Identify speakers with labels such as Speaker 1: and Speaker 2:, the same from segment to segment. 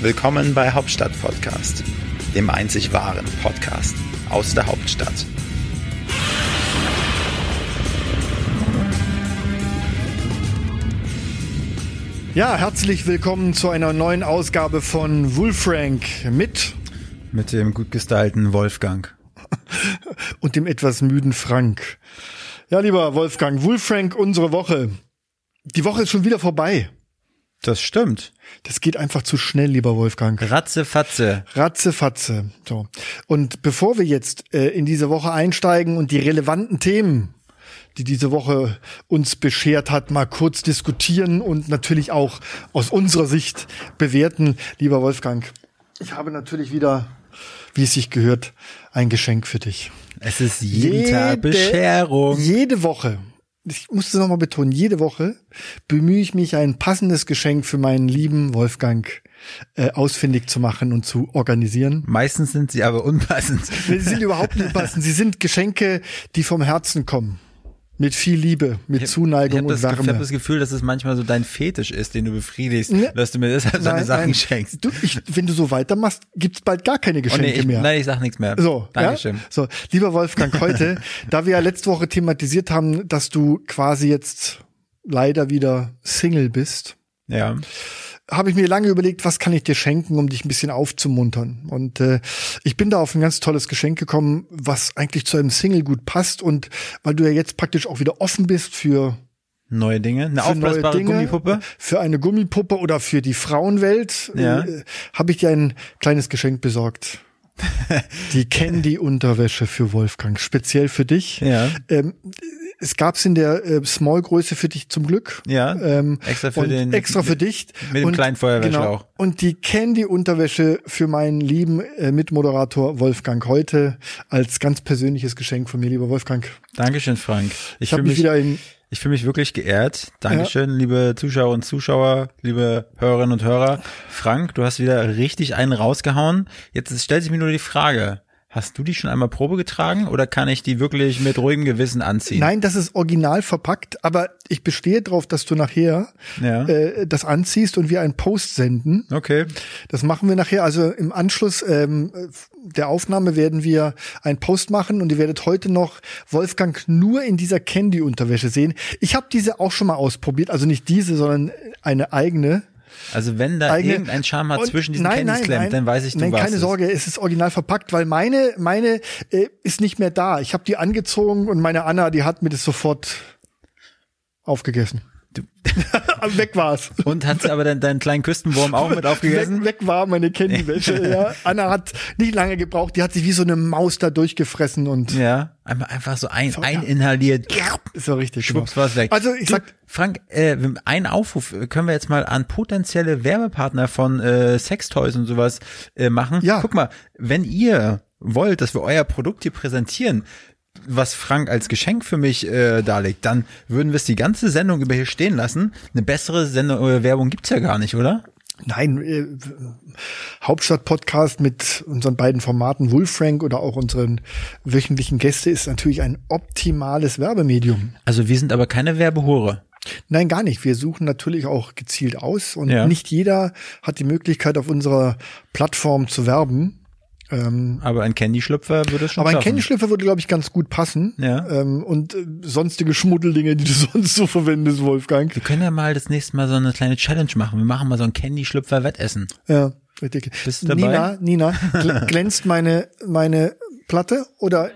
Speaker 1: Willkommen bei Hauptstadt Podcast, dem einzig wahren Podcast aus der Hauptstadt.
Speaker 2: Ja, herzlich willkommen zu einer neuen Ausgabe von Wolfrank mit
Speaker 3: Mit dem gut gestylten Wolfgang.
Speaker 2: und dem etwas müden Frank. Ja, lieber Wolfgang, Wolfrank, unsere Woche. Die Woche ist schon wieder vorbei.
Speaker 3: Das stimmt.
Speaker 2: Das geht einfach zu schnell, lieber Wolfgang.
Speaker 3: Ratzefatze.
Speaker 2: Ratzefatze. So. Und bevor wir jetzt äh, in diese Woche einsteigen und die relevanten Themen, die diese Woche uns beschert hat, mal kurz diskutieren und natürlich auch aus unserer Sicht bewerten, lieber Wolfgang, ich habe natürlich wieder, wie es sich gehört, ein Geschenk für dich.
Speaker 3: Es ist jeden Tag Bescherung.
Speaker 2: Jede Woche. Ich musste nochmal betonen, jede Woche bemühe ich mich, ein passendes Geschenk für meinen lieben Wolfgang äh, ausfindig zu machen und zu organisieren.
Speaker 3: Meistens sind sie aber unpassend.
Speaker 2: Sie sind überhaupt nicht passend. Sie sind Geschenke, die vom Herzen kommen. Mit viel Liebe, mit
Speaker 3: Ich
Speaker 2: Zuneigung
Speaker 3: habe das,
Speaker 2: und
Speaker 3: Gefühl- ich hab
Speaker 2: Wärme.
Speaker 3: das Gefühl, dass es manchmal so dein Fetisch ist, den du befriedigst,
Speaker 2: Ne.
Speaker 3: dass du mir deshalb so
Speaker 2: Nein,
Speaker 3: eine Sachen
Speaker 2: nein.
Speaker 3: schenkst.
Speaker 2: Du, ich, wenn du so weitermachst, gibt's bald gar keine
Speaker 3: Oh,
Speaker 2: Geschenke
Speaker 3: nee, ich,
Speaker 2: mehr.
Speaker 3: nein, ich sag nichts mehr.
Speaker 2: So,
Speaker 3: Dankeschön.
Speaker 2: Ja? so, lieber Wolfgang, heute, da wir ja letzte Woche thematisiert haben, dass du quasi jetzt leider wieder Single bist,
Speaker 3: Ja.
Speaker 2: habe ich mir lange überlegt, was kann ich dir schenken, um dich ein bisschen aufzumuntern. Und äh, ich bin da auf ein ganz tolles Geschenk gekommen, was eigentlich zu einem Single gut passt und weil du ja jetzt praktisch auch wieder offen bist für,
Speaker 3: Neue Dinge. Eine
Speaker 2: für neue
Speaker 3: aufblasbare
Speaker 2: Dinge,
Speaker 3: Gummipuppe.
Speaker 2: für eine Gummipuppe oder für die Frauenwelt,
Speaker 3: Ja.
Speaker 2: äh, habe ich dir ein kleines Geschenk besorgt. die Candy-Unterwäsche für Wolfgang, speziell für dich.
Speaker 3: Ja.
Speaker 2: Ähm, es gab's in der äh, Small-Größe für dich zum Glück.
Speaker 3: Ja.
Speaker 2: Ähm,
Speaker 3: Ah, Extra für
Speaker 2: und
Speaker 3: den-
Speaker 2: Extra für dich. genau,
Speaker 3: mit dem kleinen Feuerwehrschlauch.
Speaker 2: Und die Candy-Unterwäsche für meinen lieben äh, Mitmoderator Wolfgang heute als ganz persönliches Geschenk von mir, lieber Wolfgang.
Speaker 3: Dankeschön, Frank.
Speaker 2: Ich habe
Speaker 3: fühl
Speaker 2: mich wieder in
Speaker 3: Ich fühle mich wirklich geehrt. Dankeschön, liebe Zuschauer und Zuschauer, liebe Hörerinnen und Hörer. Frank, du hast wieder richtig einen rausgehauen. Jetzt ist- stellt sich mir nur die Frage, hast du die schon einmal Probe getragen oder kann ich die wirklich mit ruhigem Gewissen anziehen?
Speaker 2: Nein, das ist original verpackt, aber ich bestehe darauf, dass du nachher
Speaker 3: Ja.
Speaker 2: äh, das anziehst und wir einen Post senden.
Speaker 3: Okay.
Speaker 2: Das machen wir nachher. Also im Anschluss ähm, der Aufnahme werden wir einen Post machen und ihr werdet heute noch Wolfgang nur in dieser Candy-Unterwäsche sehen. Ich habe diese auch schon mal ausprobiert, also nicht diese, sondern eine eigene.
Speaker 3: Also wenn da
Speaker 2: eigene
Speaker 3: irgendein Charme hat
Speaker 2: Und-
Speaker 3: zwischen diesen
Speaker 2: nein,
Speaker 3: Candies
Speaker 2: nein, nein,
Speaker 3: klemmt, dann weiß ich, du
Speaker 2: Nein,
Speaker 3: warst
Speaker 2: keine
Speaker 3: es.
Speaker 2: Sorge, es ist original verpackt, weil meine meine äh, ist nicht mehr da. Ich habe die angezogen und meine Anna, die hat mir das sofort aufgegessen.
Speaker 3: Du-
Speaker 2: Weg war's.
Speaker 3: Und hat sie aber deinen, deinen kleinen Küstenwurm auch mit
Speaker 2: Weg,
Speaker 3: aufgegessen?
Speaker 2: weg war meine Candywäsche. ja. Anna hat nicht lange gebraucht. Die hat sich wie so eine Maus da durchgefressen und
Speaker 3: Ja, einmal einfach so ein,
Speaker 2: ja.
Speaker 3: eininhaliert.
Speaker 2: so richtig.
Speaker 3: Schwupps,
Speaker 2: genau.
Speaker 3: war's weg.
Speaker 2: Also ich
Speaker 3: du,
Speaker 2: sag,
Speaker 3: Frank, äh, einen Aufruf äh, können wir jetzt mal an potenzielle Werbepartner von äh, Sextoys und sowas äh, machen.
Speaker 2: Ja.
Speaker 3: Guck mal, wenn ihr wollt, dass wir euer Produkt hier präsentieren, was Frank als Geschenk für mich äh, darlegt, dann würden wir es die ganze Sendung über hier stehen lassen. Eine bessere Sendung, äh, Werbung gibt's ja gar nicht, oder?
Speaker 2: nein, äh, Hauptstadt-Podcast mit unseren beiden Formaten Wolfrank oder auch unseren wöchentlichen Gäste ist natürlich ein optimales Werbemedium.
Speaker 3: Also wir sind aber keine Werbehure.
Speaker 2: Nein, gar nicht. Wir suchen natürlich auch gezielt aus und
Speaker 3: Ja.
Speaker 2: nicht jeder hat die Möglichkeit, auf unserer Plattform zu werben. Ähm,
Speaker 3: Aber ein Candy-Schlüpfer würde es schon
Speaker 2: Aber ein
Speaker 3: schaffen.
Speaker 2: Candy-Schlüpfer würde, glaube ich, ganz gut passen.
Speaker 3: Ja.
Speaker 2: Ähm, und äh, sonstige Schmuddeldinge, die du sonst so verwendest, Wolfgang.
Speaker 3: Wir können ja mal das nächste Mal so eine kleine Challenge machen. Wir machen mal so ein Candy-Schlüpfer-Wettessen.
Speaker 2: Ja, richtig.
Speaker 3: Bist du dabei?
Speaker 2: Nina, Nina, gl- glänzt meine, meine Platte oder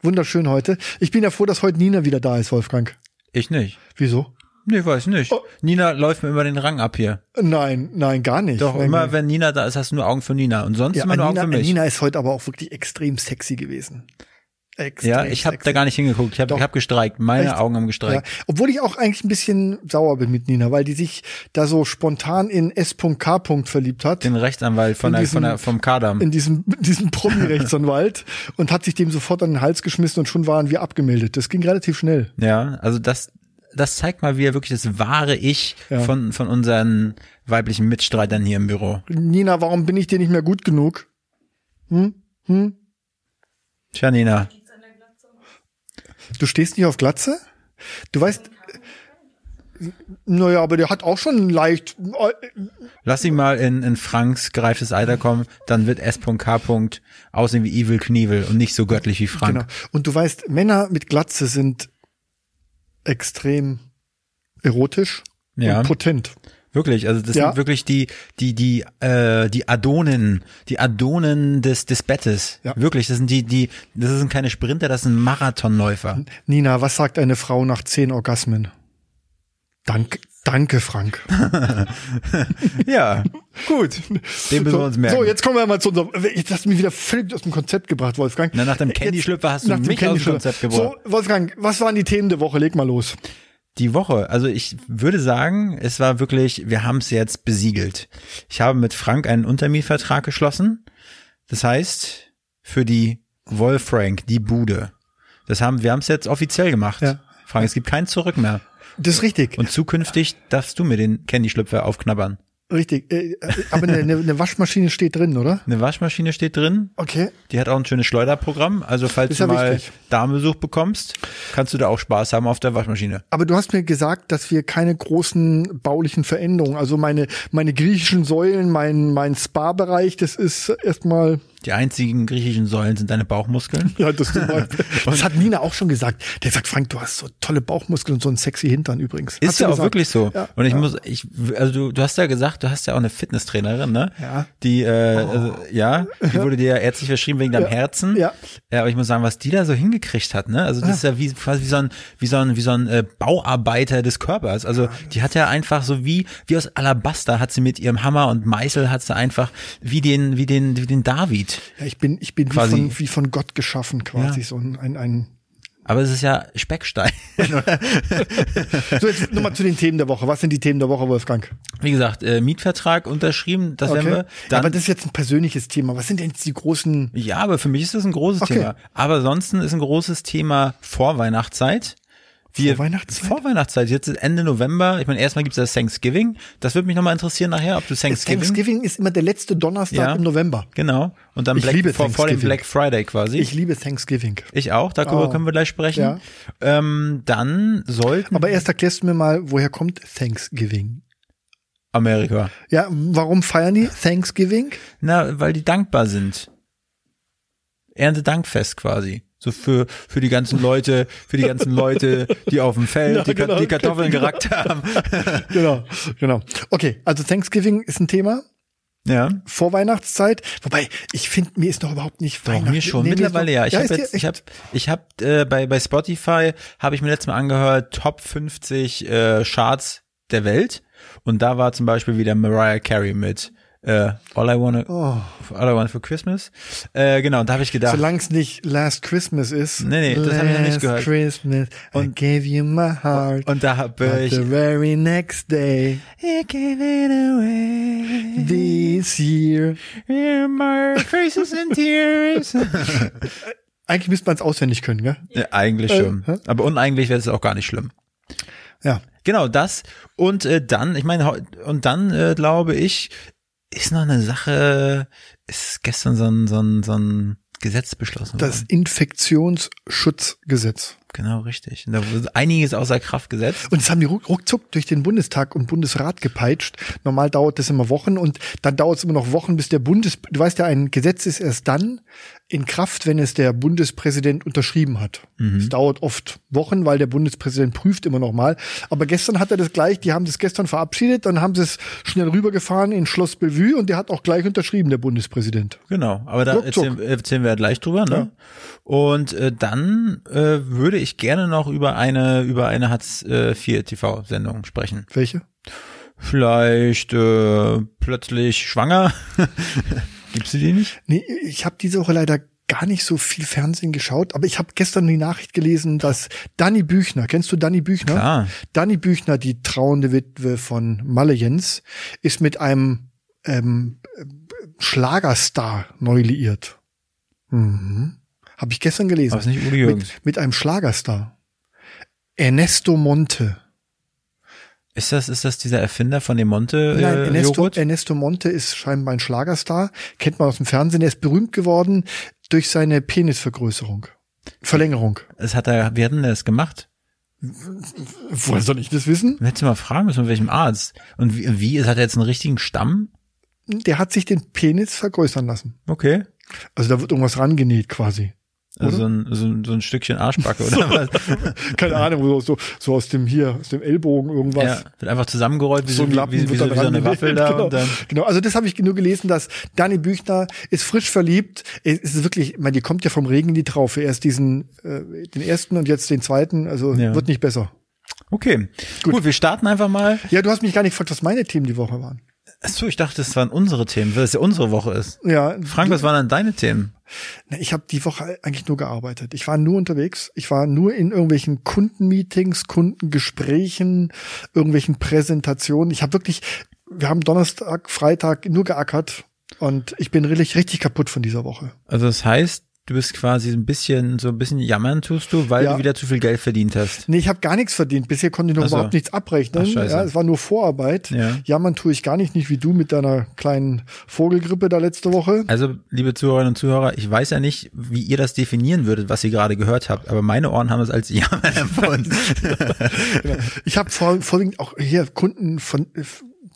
Speaker 2: wunderschön heute. Ich bin ja froh, dass heute Nina wieder da ist, Wolfgang.
Speaker 3: Ich nicht.
Speaker 2: Wieso?
Speaker 3: Nee, weiß nicht.
Speaker 2: Oh.
Speaker 3: Nina läuft mir immer den Rang ab hier.
Speaker 2: Nein, nein, gar nicht.
Speaker 3: Doch,
Speaker 2: nein,
Speaker 3: immer
Speaker 2: nein.
Speaker 3: wenn Nina da ist, hast du nur Augen für Nina. Und sonst
Speaker 2: Ja,
Speaker 3: immer nur
Speaker 2: Nina,
Speaker 3: Augen für mich.
Speaker 2: Nina ist heute aber auch wirklich extrem sexy gewesen. Extrem
Speaker 3: ja, ich habe
Speaker 2: sexy.
Speaker 3: da gar nicht hingeguckt. Ich habe
Speaker 2: Doch.
Speaker 3: hab gestreikt. Meine
Speaker 2: Echt?
Speaker 3: Augen haben
Speaker 2: Ja,
Speaker 3: gestreikt.
Speaker 2: obwohl ich auch eigentlich ein bisschen sauer bin mit Nina, weil die sich da so spontan in S.K. verliebt hat.
Speaker 3: Den Rechtsanwalt von
Speaker 2: In
Speaker 3: der,
Speaker 2: diesem-
Speaker 3: von der, vom Kadam.
Speaker 2: in diesem, diesem Promi-Rechtsanwalt und hat sich dem sofort an den Hals geschmissen und schon waren wir abgemeldet. Das ging relativ schnell.
Speaker 3: Ja, also das, das zeigt mal wieder wirklich das wahre Ich
Speaker 2: Ja.
Speaker 3: von, von unseren weiblichen Mitstreitern hier im Büro.
Speaker 2: Nina, warum bin ich dir nicht mehr gut genug?
Speaker 3: Tja, Nina.
Speaker 2: Du stehst nicht auf Glatze? Du weißt, Naja, aber der hat auch schon leicht. äh,
Speaker 3: Lass ihn mal in, in Franks greifes Alter kommen, dann wird S.K. aussehen wie Evil Knievel und nicht so göttlich wie Frank.
Speaker 2: Genau. Und du weißt, Männer mit Glatze sind extrem erotisch
Speaker 3: Ja.
Speaker 2: und potent.
Speaker 3: Wirklich, also das
Speaker 2: Ja.
Speaker 3: sind wirklich die die die äh, die Adonen, die Adonen des des Bettes.
Speaker 2: Ja.
Speaker 3: Wirklich, das sind die die das sind keine Sprinter, das sind Marathonläufer.
Speaker 2: Nina, was sagt eine Frau nach zehn Orgasmen? Dank, danke, Frank.
Speaker 3: Ja, gut. Den müssen wir uns merken.
Speaker 2: So, jetzt kommen wir mal zu unserem. Jetzt hast du mich wieder völlig aus dem Konzept gebracht, Wolfgang.
Speaker 3: Na, nach dem Candy-Schlüpfer hast du
Speaker 2: nach dem
Speaker 3: mich aus dem
Speaker 2: Candy-Schlüpfer.
Speaker 3: Konzept gebracht.
Speaker 2: So, Wolfgang, was waren die Themen der Woche? Leg mal los.
Speaker 3: Die Woche, also ich würde sagen, es war wirklich, wir haben es jetzt besiegelt. Ich habe mit Frank einen Untermietvertrag geschlossen. Das heißt, für die Wolfrank, die Bude. Das haben, wir haben es jetzt offiziell gemacht.
Speaker 2: Ja.
Speaker 3: Frank, es gibt kein Zurück mehr.
Speaker 2: Das ist richtig.
Speaker 3: Und zukünftig darfst du mir den Candy-Schlüpfer aufknabbern.
Speaker 2: richtig. Äh, äh, aber eine, eine, eine Waschmaschine steht drin, oder?
Speaker 3: Eine Waschmaschine steht drin.
Speaker 2: Okay.
Speaker 3: Die hat auch ein schönes Schleuderprogramm. Also falls
Speaker 2: Ist
Speaker 3: du
Speaker 2: ja
Speaker 3: mal
Speaker 2: wichtig.
Speaker 3: Damenbesuch bekommst, kannst du da auch Spaß haben auf der Waschmaschine.
Speaker 2: Aber du hast mir gesagt, dass wir keine großen baulichen Veränderungen, also meine, meine griechischen Säulen, mein, mein Spa-Bereich, das ist erstmal,
Speaker 3: Die einzigen griechischen Säulen sind deine Bauchmuskeln.
Speaker 2: ja, das, zum Beispiel. das hat Nina auch schon gesagt. Der sagt, Frank, du hast so tolle Bauchmuskeln und so einen sexy Hintern übrigens. Hat
Speaker 3: Ist
Speaker 2: sie
Speaker 3: ja auch
Speaker 2: gesagt.
Speaker 3: wirklich so.
Speaker 2: Ja,
Speaker 3: und ich muss, ich, also du, du hast ja gesagt, du hast ja auch eine Fitnesstrainerin, ne?
Speaker 2: Ja. Oh.
Speaker 3: Die, äh, also, ja, die wurde dir ja ärztlich verschrieben wegen deinem Herzen.
Speaker 2: Ja. Ah.
Speaker 3: ja. Aber ich muss sagen, was die da so hingekriegt hat, ne? Also das ist ja wie, quasi wie so ein, wie so ein, wie so ein äh, Bauarbeiter des Körpers. Also die hat ja einfach so wie, wie aus Alabaster hat sie mit ihrem Hammer und Meißel hat sie einfach wie den, wie den, wie den David.
Speaker 2: Ja, ich bin, ich bin wie
Speaker 3: Quasi-
Speaker 2: von, wie von Gott geschaffen, quasi,
Speaker 3: Ja.
Speaker 2: so ein, ein, ein
Speaker 3: Aber es ist ja Speckstein.
Speaker 2: So, jetzt nochmal zu den Themen der Woche. Was sind die Themen der Woche, Wolfgang?
Speaker 3: Wie gesagt, äh, Mietvertrag unterschrieben, das werden wir.
Speaker 2: Ja, aber das ist jetzt ein persönliches Thema. Was sind denn jetzt die großen?
Speaker 3: Ja, aber für mich ist das ein großes
Speaker 2: Okay.
Speaker 3: Thema. Aber ansonsten ist ein großes Thema Vorweihnachtszeit. Wir,
Speaker 2: Vorweihnachtszeit?
Speaker 3: Vorweihnachtszeit. Jetzt ist Ende November. Ich meine, erstmal gibt's das Thanksgiving. Das würde mich nochmal interessieren nachher, ob du Thanksgiving.
Speaker 2: Thanksgiving ist immer der letzte Donnerstag
Speaker 3: Ja.
Speaker 2: im November.
Speaker 3: Genau. Und dann
Speaker 2: Ich
Speaker 3: Black,
Speaker 2: liebe
Speaker 3: vor, vor dem
Speaker 2: Thanksgiving.
Speaker 3: Black Friday quasi.
Speaker 2: Ich
Speaker 3: Ich,
Speaker 2: liebe Thanksgiving.
Speaker 3: auch, darüber
Speaker 2: Oh.
Speaker 3: können wir gleich sprechen.
Speaker 2: Ja.
Speaker 3: Ähm, dann sollten
Speaker 2: Aber erst erklärst du mir mal, woher kommt Thanksgiving?
Speaker 3: Amerika.
Speaker 2: Ja, warum feiern die Thanksgiving?
Speaker 3: Na, weil die dankbar sind. Erntedankfest quasi. So für, für die ganzen Leute, für die ganzen Leute, die auf dem Feld die, Ka-
Speaker 2: genau,
Speaker 3: die Kartoffeln gerackt haben.
Speaker 2: Genau, genau. Okay, also Thanksgiving ist ein Thema.
Speaker 3: Ja.
Speaker 2: Vorweihnachtszeit. Wobei, ich finde, mir ist noch überhaupt nicht
Speaker 3: Doch, mir schon.
Speaker 2: Nee, mir ist
Speaker 3: Mittlerweile
Speaker 2: noch-
Speaker 3: ja. Ich hab
Speaker 2: ist dir
Speaker 3: habe jetzt,
Speaker 2: echt-
Speaker 3: ich habe, ich habe äh, bei bei Spotify habe ich mir letztes Mal angehört Top 50 äh, Charts der Welt und da war zum Beispiel wieder Mariah Carey mit äh, All I Wanna
Speaker 2: Oh.
Speaker 3: All I Want for Christmas. Äh, genau, und da habe ich gedacht,
Speaker 2: Solange es nicht Last Christmas ist.
Speaker 3: Nee, nee, das hab ich noch nicht gehört.
Speaker 2: Last Christmas, I gave you my heart.
Speaker 3: und da habe
Speaker 2: but
Speaker 3: ich
Speaker 2: the very next day,
Speaker 3: It gave it away.
Speaker 2: this year.
Speaker 3: Here my faces and tears.
Speaker 2: Eigentlich müsste man es auswendig können, gell?
Speaker 3: ja, eigentlich schon.
Speaker 2: Äh, hä?
Speaker 3: Aber uneigentlich wäre es auch gar nicht schlimm.
Speaker 2: Ja.
Speaker 3: Genau das und äh, dann, ich meine, heu- und dann äh, glaube ich, ist noch eine Sache, ist gestern so ein, so ein, so ein Gesetz beschlossen
Speaker 2: Das
Speaker 3: worden.
Speaker 2: Infektionsschutzgesetz.
Speaker 3: Genau richtig. Und da wurde einiges außer Kraft gesetzt.
Speaker 2: Und das haben die ruck, ruckzuck durch den Bundestag und Bundesrat gepeitscht. Normal dauert das immer Wochen und dann dauert es immer noch Wochen, bis der Bundes... Du weißt ja, ein Gesetz ist erst dann in Kraft, wenn es der Bundespräsident unterschrieben hat. Es dauert oft Wochen, weil der Bundespräsident prüft immer noch mal. Aber gestern hat er das gleich, die haben das gestern verabschiedet, dann haben sie es schnell rübergefahren in Schloss Bellevue und der hat auch gleich unterschrieben, der Bundespräsident.
Speaker 3: Genau, aber da
Speaker 2: Ruckzuck.
Speaker 3: erzählen, erzählen wir gleich drüber. Ne? Und äh, dann äh, würde ich gerne noch über eine über eine Hartz äh, 4 TV-Sendung sprechen.
Speaker 2: Welche?
Speaker 3: Vielleicht äh, plötzlich schwanger. Gibst du die nicht?
Speaker 2: Nee, ich habe diese Woche leider gar nicht so viel Fernsehen geschaut, aber ich habe gestern die Nachricht gelesen, dass Dani Büchner, kennst du Dani Büchner?
Speaker 3: Klar.
Speaker 2: Dani Büchner, die trauernde Witwe von Malle Jens, ist mit einem ähm, äh, Schlagerstar neu liiert. Mhm. Habe ich gestern gelesen.
Speaker 3: Aber ist nicht Uli
Speaker 2: mit,
Speaker 3: Jürgens.
Speaker 2: mit einem Schlagerstar. Ernesto Monte.
Speaker 3: Ist das, ist das dieser Erfinder von dem Monte
Speaker 2: Nein,
Speaker 3: äh,
Speaker 2: Ernesto,
Speaker 3: Joghurt?
Speaker 2: Ernesto Monte ist scheinbar ein Schlagerstar. Kennt man aus dem Fernsehen. Er ist berühmt geworden durch seine Penisvergrößerung. Verlängerung.
Speaker 3: Das hat er, wie hat denn der das gemacht?
Speaker 2: Woher soll ich das wissen?
Speaker 3: Man hätte mal fragen müssen, mit welchem Arzt. Und wie, wie ist, hat er jetzt einen richtigen Stamm?
Speaker 2: Der hat sich den Penis vergrößern lassen.
Speaker 3: Okay.
Speaker 2: Also da wird irgendwas rangenäht quasi.
Speaker 3: Also so ein, so, ein, so ein Stückchen Arschbacke oder was?
Speaker 2: Keine Ahnung, so, so, so aus dem hier, aus dem Ellbogen irgendwas.
Speaker 3: Ja, wird einfach zusammengerollt, wie
Speaker 2: So
Speaker 3: so,
Speaker 2: ein
Speaker 3: wie,
Speaker 2: Lappen
Speaker 3: wie,
Speaker 2: wird
Speaker 3: wie, so,
Speaker 2: dann
Speaker 3: wie so eine
Speaker 2: rangelegt,
Speaker 3: Waffel da
Speaker 2: genau.
Speaker 3: und dann.
Speaker 2: Genau, also das habe ich nur gelesen, dass Dani Büchner ist frisch verliebt. Es ist wirklich, ich meine, die kommt ja vom Regen in die Traufe. Erst diesen, äh, den ersten und jetzt den zweiten. Also
Speaker 3: Ja.
Speaker 2: wird nicht besser.
Speaker 3: Okay. Gut. wir starten einfach mal.
Speaker 2: Ja, du hast mich gar nicht gefragt, was meine Themen die Woche waren.
Speaker 3: Achso, ich dachte, das waren unsere Themen, weil es ja unsere Woche ist.
Speaker 2: Ja,
Speaker 3: Frank, was waren dann deine Themen?
Speaker 2: Na, Ich habe die Woche eigentlich nur gearbeitet. Ich war nur unterwegs. Ich war nur in irgendwelchen Kundenmeetings, Kundengesprächen, irgendwelchen Präsentationen. Ich habe wirklich, wir haben Donnerstag, Freitag nur geackert und ich bin richtig, richtig kaputt von dieser Woche.
Speaker 3: Also das heißt, du bist quasi ein bisschen, so ein bisschen jammern tust du, weil
Speaker 2: Ja.
Speaker 3: du wieder zu viel Geld verdient hast.
Speaker 2: Nee, ich habe gar nichts verdient. Bisher konnte ich noch
Speaker 3: Ach so.
Speaker 2: überhaupt nichts abrechnen.
Speaker 3: Ach, scheiße.
Speaker 2: ja, es war nur Vorarbeit.
Speaker 3: Ja.
Speaker 2: Jammern tue ich gar nicht, nicht wie du mit deiner kleinen Vogelgrippe da letzte Woche.
Speaker 3: Also, liebe Zuhörerinnen und Zuhörer, ich weiß ja nicht, wie ihr das definieren würdet, was ihr gerade gehört habt, aber meine Ohren haben es als Jammern empfunden.
Speaker 2: Ich habe vor, vorwiegend auch hier Kunden von,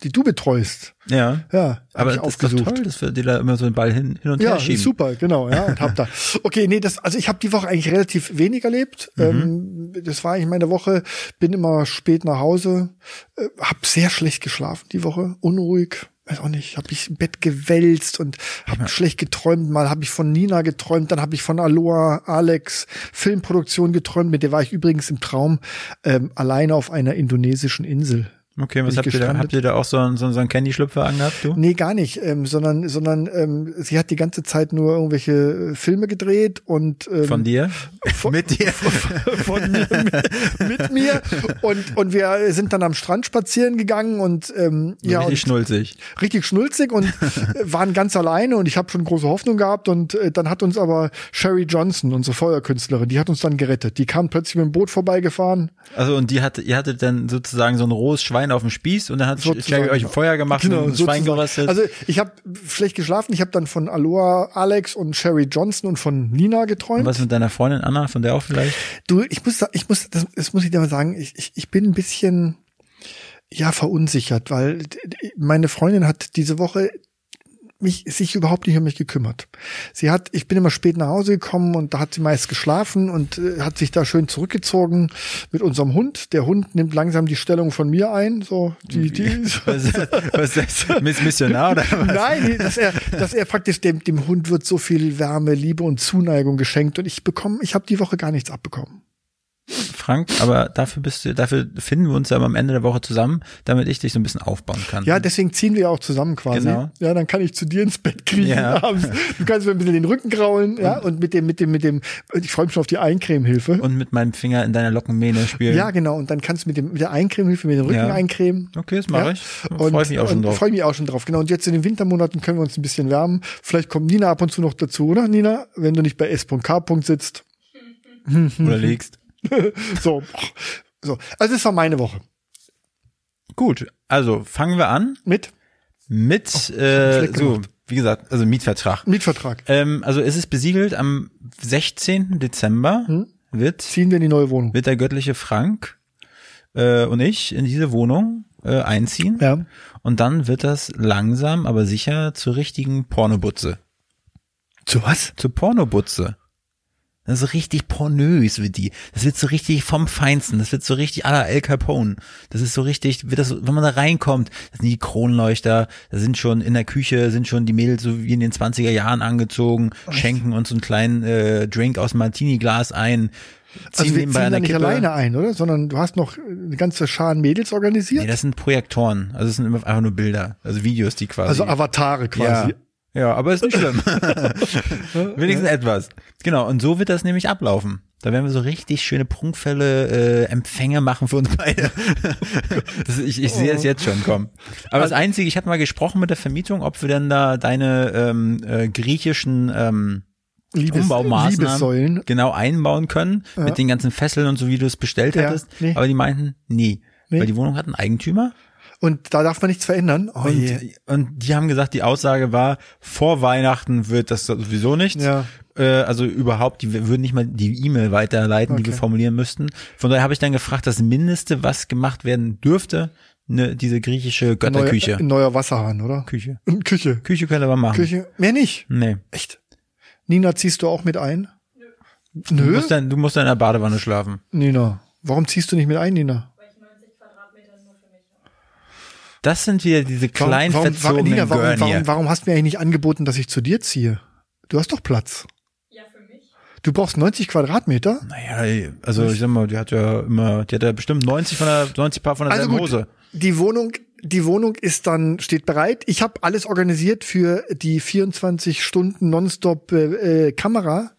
Speaker 2: die du betreust.
Speaker 3: ja.
Speaker 2: Ja, hab
Speaker 3: Aber
Speaker 2: ich
Speaker 3: das ist doch toll, dass wir dir da immer so den Ball hin, hin und
Speaker 2: Ja,
Speaker 3: her schieben.
Speaker 2: ist super, genau, ja, und hab da. Okay, nee, das, also ich habe die Woche eigentlich relativ wenig erlebt.
Speaker 3: Mhm.
Speaker 2: Ähm, das war eigentlich meine Woche, bin immer spät nach Hause, äh, hab sehr schlecht geschlafen die Woche, unruhig, weiß auch nicht, hab mich im Bett gewälzt und hab schlecht geträumt, mal habe ich von Nina geträumt, dann habe ich von Aloha, Alex, Filmproduktion geträumt, mit der war ich übrigens im Traum ähm, alleine auf einer indonesischen Insel.
Speaker 3: Okay, was
Speaker 2: Bin
Speaker 3: habt
Speaker 2: ich
Speaker 3: ihr da?
Speaker 2: gestrandet.
Speaker 3: Habt ihr da auch so einen, so einen Candy-Schlüpfer angehabt, du?
Speaker 2: Nee, gar nicht, ähm, sondern, sondern ähm, sie hat die ganze Zeit nur irgendwelche äh, Filme gedreht und ähm,
Speaker 3: Von dir? Mit dir? Also
Speaker 2: von mir, mit, mit mir und und wir sind dann am Strand spazieren gegangen und ähm, ja
Speaker 3: Richtig
Speaker 2: und
Speaker 3: schnulzig.
Speaker 2: richtig schnulzig und äh, waren ganz alleine und ich habe schon große Hoffnung gehabt und äh, dann hat uns aber Sherry Johnson unsere Feuerkünstlerin die hat uns dann gerettet die kam plötzlich mit dem Boot vorbeigefahren
Speaker 3: Also und die hatte, ihr hattet dann sozusagen so ein rohes Schwein auf dem Spieß und dann hat
Speaker 2: Sozusagen. Genau,
Speaker 3: Jerry euch ein Feuer gemacht und ein Schwein
Speaker 2: sozusagen.
Speaker 3: geröstet.
Speaker 2: Also ich habe schlecht geschlafen ich habe dann von Aloha Alex und Sherry Johnson und von Nina geträumt
Speaker 3: und was mit deiner Freundin Anna, von der auch vielleicht?
Speaker 2: Du, ich muss, sa- ich muss, das, das muss ich dir mal sagen, ich, ich, ich bin ein bisschen, ja, verunsichert, weil d- d- meine Freundin hat diese Woche mich, sich überhaupt nicht um mich gekümmert. Sie hat, ich bin immer spät nach Hause gekommen und da hat sie meist geschlafen und äh, hat sich da schön zurückgezogen mit unserem Hund. Der Hund nimmt langsam die Stellung von mir ein, so, die, die,
Speaker 3: Was, was ist das? Miss Missionar oder was?
Speaker 2: Nein, nee, dass er, dass er praktisch dem, dem Hund wird so viel Wärme, Liebe und Zuneigung geschenkt und ich bekomme, ich habe die Woche gar nichts abbekommen.
Speaker 3: Frank, aber dafür bist du, dafür finden wir uns ja am Ende der Woche zusammen, damit ich dich so ein bisschen aufbauen kann.
Speaker 2: Ja, deswegen ziehen wir ja auch zusammen quasi.
Speaker 3: Genau.
Speaker 2: Ja, dann kann ich zu dir ins Bett kriechen
Speaker 3: Ja.
Speaker 2: abends. Du kannst mir ein bisschen den Rücken kraulen, ja, und mit dem, mit dem, mit dem, ich freue mich schon auf die Eincremehilfe.
Speaker 3: und mit meinem Finger in deiner Lockenmähne spielen.
Speaker 2: Ja, genau, und dann kannst du mit dem, mit der Eincremehilfe, mit dem Rücken
Speaker 3: Ja.
Speaker 2: eincremen.
Speaker 3: Okay, das mache
Speaker 2: Ja.
Speaker 3: ich. Freue ich mich auch schon
Speaker 2: und
Speaker 3: drauf.
Speaker 2: Freue mich auch schon drauf, genau. Und jetzt in den Wintermonaten können wir uns ein bisschen wärmen. Vielleicht kommt Nina ab und zu noch dazu, oder Nina? Wenn du nicht bei S.K. sitzt.
Speaker 3: Oder legst.
Speaker 2: So. so. Also das war meine Woche.
Speaker 3: Gut, also fangen wir an
Speaker 2: Mit Oh,
Speaker 3: mit,
Speaker 2: schlecht
Speaker 3: äh, so,
Speaker 2: gemacht.
Speaker 3: wie gesagt, also
Speaker 2: Mhm.
Speaker 3: Mietvertrag.
Speaker 2: Mietvertrag.
Speaker 3: Ähm, also es ist besiegelt am 16. Dezember
Speaker 2: Mhm.
Speaker 3: wird,
Speaker 2: Ziehen wir in die neue Wohnung.
Speaker 3: wird der göttliche Frank äh, und ich in diese Wohnung äh, einziehen.
Speaker 2: Ja.
Speaker 3: Und dann wird das langsam, aber sicher zur richtigen Pornobutze.
Speaker 2: Zu was?
Speaker 3: Zur Pornobutze. Das ist richtig pornös wird die. Das wird so richtig vom Feinsten. Das wird so richtig à la El Capone. Das ist so richtig, wird das, so- wenn man da reinkommt, das sind die Kronleuchter, da sind schon in der Küche, sind schon die Mädels so wie in den 20er Jahren angezogen, schenken uns so einen kleinen äh, Drink aus dem Martini-Glas ein, ziehen
Speaker 2: Also wir ziehen
Speaker 3: nebenbei an
Speaker 2: da
Speaker 3: der
Speaker 2: nicht
Speaker 3: Kippe.
Speaker 2: alleine ein, oder? Sondern du hast noch eine ganze Schar an Mädels organisiert.
Speaker 3: Nee, das sind Projektoren. Also es sind immer einfach nur Bilder, also Videos, die quasi.
Speaker 2: also Avatare quasi.
Speaker 3: Ja, ja aber ist nicht schlimm. Wenigstens etwas. Genau, und so wird das nämlich ablaufen. Da werden wir so richtig schöne Prunkfälle, äh, Empfänge machen für uns beide. das, ich ich sehe es
Speaker 2: Oh.
Speaker 3: jetzt schon kommen. Aber
Speaker 2: Also
Speaker 3: das Einzige, ich hatte mal gesprochen mit der Vermietung, ob wir denn da deine ähm, äh, griechischen ähm,
Speaker 2: Liebes-
Speaker 3: Umbaumaßnahmen
Speaker 2: Liebessäulen.
Speaker 3: genau einbauen können, mit den ganzen Fesseln und so, wie du es bestellt
Speaker 2: Ja,
Speaker 3: hattest.
Speaker 2: nee.
Speaker 3: Aber die meinten, nee,
Speaker 2: Nee.
Speaker 3: Weil die Wohnung hat einen Eigentümer
Speaker 2: Und da darf man nichts verändern. Oh
Speaker 3: und,
Speaker 2: je.
Speaker 3: und die haben gesagt, die Aussage war, vor Weihnachten wird das sowieso nichts.
Speaker 2: Ja.
Speaker 3: äh, also überhaupt, die würden nicht mal die E-Mail weiterleiten, die wir
Speaker 2: Okay.
Speaker 3: formulieren müssten. Von daher habe ich dann gefragt, das Mindeste, was gemacht werden dürfte, ne, diese griechische
Speaker 2: Neuer,
Speaker 3: Götterküche.
Speaker 2: äh, neuer Wasserhahn, oder?
Speaker 3: Küche.
Speaker 2: Und Küche.
Speaker 3: Küche können wir machen.
Speaker 2: Küche. Mehr nicht.
Speaker 3: Nee.
Speaker 2: Echt? Nina, ziehst du auch mit ein?
Speaker 3: Du
Speaker 2: Nö.
Speaker 3: musst, dann, du musst dann in der Badewanne schlafen.
Speaker 2: Nina, warum ziehst du nicht mit ein, Nina?
Speaker 3: Das sind wieder diese
Speaker 2: Warum,
Speaker 3: kleinen
Speaker 2: warum, warum,
Speaker 3: verzogenen
Speaker 2: Nina, warum,
Speaker 3: Görnie.
Speaker 2: warum, warum hast du mir eigentlich nicht angeboten, dass ich zu dir ziehe? Du hast doch Platz.
Speaker 4: Ja, für mich.
Speaker 2: Du brauchst 90 Quadratmeter?
Speaker 3: Naja, also ich sag mal, die hat ja immer, die hat ja bestimmt 90 von der 90 Paar von der
Speaker 2: Also
Speaker 3: selben
Speaker 2: gut,
Speaker 3: Hose.
Speaker 2: die Wohnung, die Wohnung ist dann steht bereit. Ich habe alles organisiert für die 24 Stunden Nonstop äh, äh, Kamera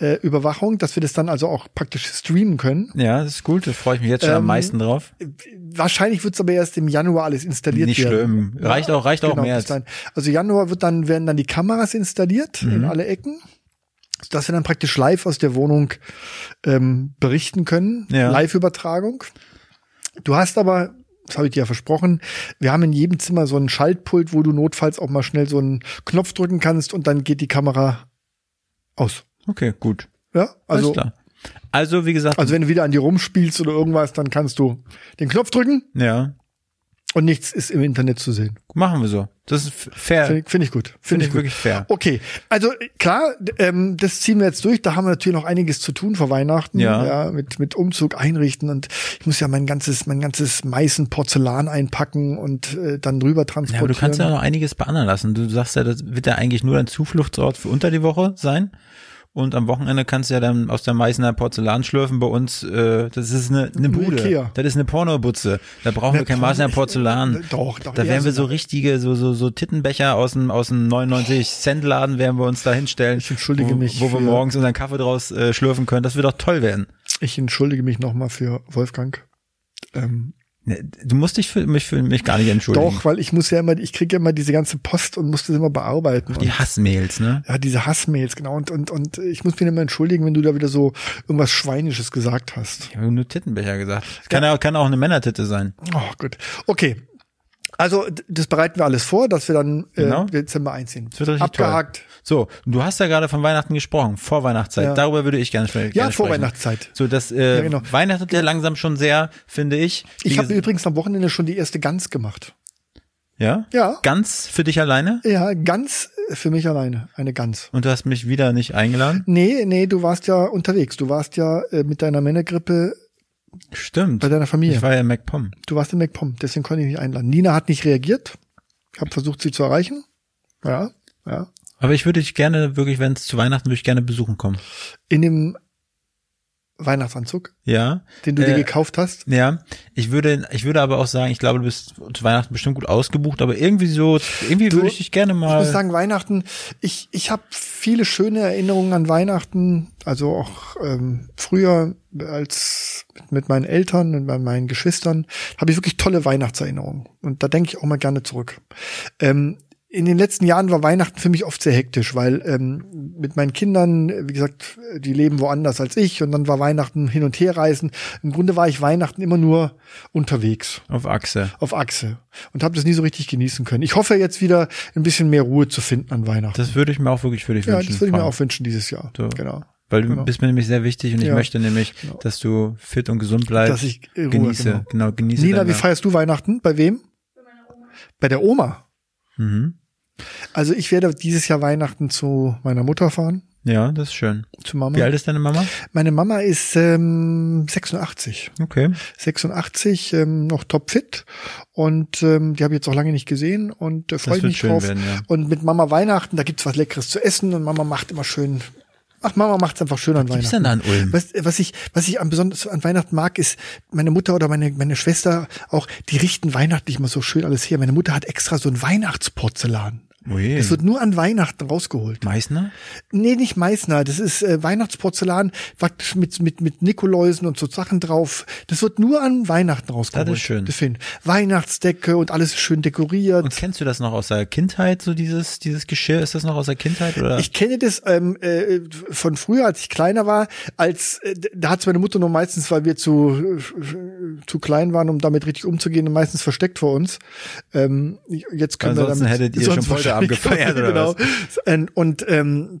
Speaker 2: äh, Überwachung, dass wir das dann also auch praktisch streamen können.
Speaker 3: Ja, das ist gut, da freue ich mich jetzt schon am
Speaker 2: Ähm,
Speaker 3: meisten drauf.
Speaker 2: Wahrscheinlich wird's aber erst im Januar alles installiert
Speaker 3: Nicht
Speaker 2: werden.
Speaker 3: schlimm. Reicht auch, reicht auch
Speaker 2: Genau,
Speaker 3: mehr.
Speaker 2: bis dahin. Also Januar wird dann werden dann die Kameras installiert
Speaker 3: Mhm.
Speaker 2: in alle Ecken, sodass wir dann praktisch live aus der Wohnung ähm, berichten können,
Speaker 3: Ja.
Speaker 2: Live-Übertragung. Du hast aber, das habe ich dir ja versprochen, wir haben in jedem Zimmer so ein Schaltpult, wo du notfalls auch mal schnell so einen Knopf drücken kannst und dann geht die Kamera aus.
Speaker 3: Okay, gut.
Speaker 2: Ja,
Speaker 3: Also, Alles
Speaker 2: also
Speaker 3: klar. Also, wie gesagt,
Speaker 2: also wenn du wieder an dir rumspielst oder irgendwas, dann kannst du den Knopf drücken
Speaker 3: ja,
Speaker 2: und nichts ist im Internet zu sehen.
Speaker 3: machen wir so. Das ist f- fair.
Speaker 2: Finde
Speaker 3: Äh, Finde
Speaker 2: ich- finde ich gut. Finde
Speaker 3: find
Speaker 2: ich
Speaker 3: ich
Speaker 2: gut.
Speaker 3: wirklich fair.
Speaker 2: Okay, also äh, klar, d- ähm, das ziehen wir jetzt durch. Da haben wir natürlich noch einiges zu tun vor Weihnachten.
Speaker 3: Ja.
Speaker 2: mit, mit Umzug einrichten und ich muss ja mein ganzes, mein ganzes Meißen Porzellan einpacken und äh, dann rüber
Speaker 3: Ja, aber
Speaker 2: transportieren.
Speaker 3: du kannst ja noch einiges beandern lassen. Du sagst ja, das wird ja eigentlich nur dein Zufluchtsort für unter die Woche sein. Und am Wochenende kannst du ja dann aus der Meißner Porzellan schlürfen bei uns. Äh, das ist eine, eine Bude.
Speaker 2: Ikea.
Speaker 3: Das ist eine Pornobutze. Da brauchen wir kein
Speaker 2: Porno-
Speaker 3: Meißner Porzellan.
Speaker 2: Doch, doch,
Speaker 3: Da
Speaker 2: eher
Speaker 3: werden wir
Speaker 2: so-
Speaker 3: so richtige, so, so, so Tittenbecher aus dem, aus dem 99-Cent-Laden werden wir uns da hinstellen.
Speaker 2: Ich entschuldige
Speaker 3: wo,
Speaker 2: mich
Speaker 3: Wo wir
Speaker 2: für-
Speaker 3: morgens unseren Kaffee draus äh, schlürfen können. Das wird doch toll werden.
Speaker 2: Ich entschuldige mich nochmal für Wolfgang. Ähm,
Speaker 3: Ne, Du musst dich für mich, für mich gar nicht entschuldigen.
Speaker 2: doch, weil ich muss ja immer, ich kriege ja immer diese ganze Post und muss das immer bearbeiten.
Speaker 3: Die Hassmails, ne?
Speaker 2: Ja, diese Hassmails, genau. Und, und, und ich muss mich immer entschuldigen, wenn du da wieder so irgendwas Schweinisches gesagt hast.
Speaker 3: Ich habe nur Tittenbecher gesagt. Das Kann, ja. kann auch eine Männertitte sein.
Speaker 2: Oh, gut. Okay. Also, d- das bereiten wir alles vor, dass wir dann äh,
Speaker 3: Genau.
Speaker 2: Dezember einziehen.
Speaker 3: Das wird richtig
Speaker 2: Abgehakt.
Speaker 3: Toll. So, du hast ja gerade von Weihnachten gesprochen, Vorweihnachtszeit.
Speaker 2: Ja.
Speaker 3: Darüber würde ich gerne schnell
Speaker 2: Ja,
Speaker 3: gerne
Speaker 2: Vorweihnachtszeit.
Speaker 3: Sprechen. So, das äh,
Speaker 2: Ja, genau.
Speaker 3: Weihnachten hat ja langsam schon sehr, finde ich. Wie
Speaker 2: Ich habe
Speaker 3: ges-
Speaker 2: übrigens am Wochenende schon die erste Gans gemacht.
Speaker 3: ja?
Speaker 2: Ja.
Speaker 3: ganz für dich alleine
Speaker 2: Ja, Gans äh, für mich alleine. Eine Gans.
Speaker 3: und du hast mich wieder nicht eingeladen.
Speaker 2: Nee, nee, du warst ja unterwegs. Du warst ja äh, mit deiner Männergrippe
Speaker 3: Stimmt.
Speaker 2: bei deiner Familie.
Speaker 3: ich war ja in MacPom.
Speaker 2: du warst in MacPom, deswegen konnte ich nicht einladen. Nina hat nicht reagiert. Ich habe versucht, sie zu erreichen. Ja, ja.
Speaker 3: Aber ich würde dich gerne wirklich, wenn es zu Weihnachten, würde ich gerne besuchen kommen.
Speaker 2: In dem Weihnachtsanzug,
Speaker 3: Ja.
Speaker 2: den du dir
Speaker 3: Äh,
Speaker 2: gekauft hast.
Speaker 3: Ja, ich würde, ich würde aber auch sagen, ich glaube, du bist zu Weihnachten bestimmt gut ausgebucht, aber irgendwie so, irgendwie
Speaker 2: Du,
Speaker 3: würde ich dich gerne
Speaker 2: Ich
Speaker 3: mal.
Speaker 2: muss sagen, Weihnachten, ich, ich habe viele schöne Erinnerungen an Weihnachten, also auch ähm, früher als mit, mit meinen Eltern und bei meinen Geschwistern, habe ich wirklich tolle Weihnachtserinnerungen. Und da denke ich auch mal gerne zurück. Ähm, in den letzten Jahren war Weihnachten für mich oft sehr hektisch, weil ähm, mit meinen Kindern, äh, wie gesagt, die leben woanders als ich und dann war Weihnachten hin und her reisen. Im Grunde war ich Weihnachten immer nur unterwegs
Speaker 3: auf Achse.
Speaker 2: auf Achse und habe das nie so richtig genießen können. Ich hoffe jetzt wieder ein bisschen mehr Ruhe zu finden an Weihnachten.
Speaker 3: Das würde ich mir auch wirklich für dich
Speaker 2: ja,
Speaker 3: wünschen.
Speaker 2: das würde ich mir
Speaker 3: Frank.
Speaker 2: auch wünschen dieses Jahr.
Speaker 3: So.
Speaker 2: Genau.
Speaker 3: Weil du
Speaker 2: genau.
Speaker 3: bist mir nämlich sehr wichtig und ich
Speaker 2: Ja.
Speaker 3: möchte nämlich,
Speaker 2: Genau.
Speaker 3: dass du fit und gesund bleibst.
Speaker 2: Dass ich, äh, Ruhe,
Speaker 3: genieße,
Speaker 2: genau.
Speaker 3: genau. genieße.
Speaker 2: Nina,
Speaker 3: deine-
Speaker 2: wie feierst du Weihnachten? Bei wem? Bei der Oma.
Speaker 3: mhm.
Speaker 2: Also ich werde dieses Jahr Weihnachten zu meiner Mutter fahren,
Speaker 3: Ja, das ist schön.
Speaker 2: zu Mama.
Speaker 3: Wie alt ist deine Mama?
Speaker 2: Meine Mama ist ähm, 86.
Speaker 3: Okay.
Speaker 2: 86, ähm, noch topfit und ähm, die habe ich jetzt auch lange nicht gesehen und äh, freue ich
Speaker 3: wird
Speaker 2: mich
Speaker 3: schön
Speaker 2: drauf.
Speaker 3: werden, ja.
Speaker 2: Und mit Mama Weihnachten, da gibt's was Leckeres zu essen und Mama macht immer schön. Ach, Mama macht's einfach schön an
Speaker 3: Was gibt's
Speaker 2: Weihnachten.
Speaker 3: denn da in Ulm?
Speaker 2: Was, was ich, was ich am besonders an Weihnachten mag, ist meine Mutter oder meine, meine Schwester auch, die richten weihnachtlich mal so schön alles her. Meine Mutter hat extra so ein Weihnachtsporzellan.
Speaker 3: Ui.
Speaker 2: Das wird nur an Weihnachten rausgeholt.
Speaker 3: Meißner?
Speaker 2: Nee, nicht Meißner. Das ist äh, Weihnachtsporzellan, praktisch mit, mit, mit Nikoläusen und so Sachen drauf. Das wird nur an Weihnachten rausgeholt.
Speaker 3: Das ist schön.
Speaker 2: Das find. Weihnachtsdecke und alles ist schön dekoriert.
Speaker 3: Und kennst du das noch aus der Kindheit, so dieses, dieses Geschirr? Ist das noch aus der Kindheit? Oder?
Speaker 2: ich kenne das ähm, äh, von früher, als ich kleiner war, als äh, da hat's meine Mutter nur meistens, weil wir zu äh, zu klein waren, um damit richtig umzugehen, meistens versteckt vor uns. Ähm, jetzt können
Speaker 3: Ansonsten
Speaker 2: wir damit,
Speaker 3: hättet ihr schon Polterabend
Speaker 2: wahrscheinlich-
Speaker 3: gefeiert, oder
Speaker 2: genau.
Speaker 3: was?
Speaker 2: Und, und ähm,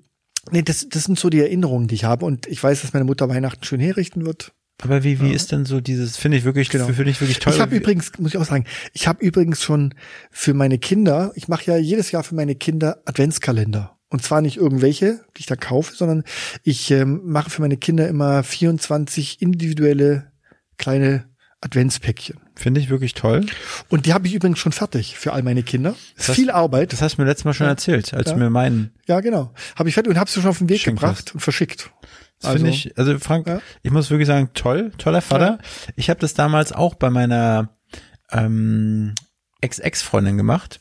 Speaker 2: Nee, das, das sind so die Erinnerungen, die ich habe. Und ich weiß, dass meine Mutter Weihnachten schön herrichten wird.
Speaker 3: Aber wie, wie ist denn so dieses, finde ich wirklich,
Speaker 2: Genau.
Speaker 3: finde ich wirklich toll.
Speaker 2: Ich habe übrigens, muss ich auch sagen, ich habe übrigens schon für meine Kinder, ich mache ja jedes Jahr für meine Kinder Adventskalender. Und zwar nicht irgendwelche, die ich da kaufe, sondern ich ähm, mache für meine Kinder immer 24 individuelle kleine Adventspäckchen.
Speaker 3: Finde ich wirklich toll.
Speaker 2: Und die habe ich übrigens schon fertig für all meine Kinder. Ist
Speaker 3: Das-
Speaker 2: viel Arbeit.
Speaker 3: Das hast du mir letztes Mal schon
Speaker 2: Ja.
Speaker 3: erzählt, als
Speaker 2: Ja.
Speaker 3: du mir meinen.
Speaker 2: Ja, genau. Habe ich fertig und habe sie schon auf den Weg
Speaker 3: Geschenk
Speaker 2: gebracht und verschickt.
Speaker 3: Das finde ich, also Frank,
Speaker 2: Ja.
Speaker 3: ich muss wirklich sagen, toll, toller Vater. Ich habe das damals auch bei meiner ähm, Ex-Ex-Freundin gemacht.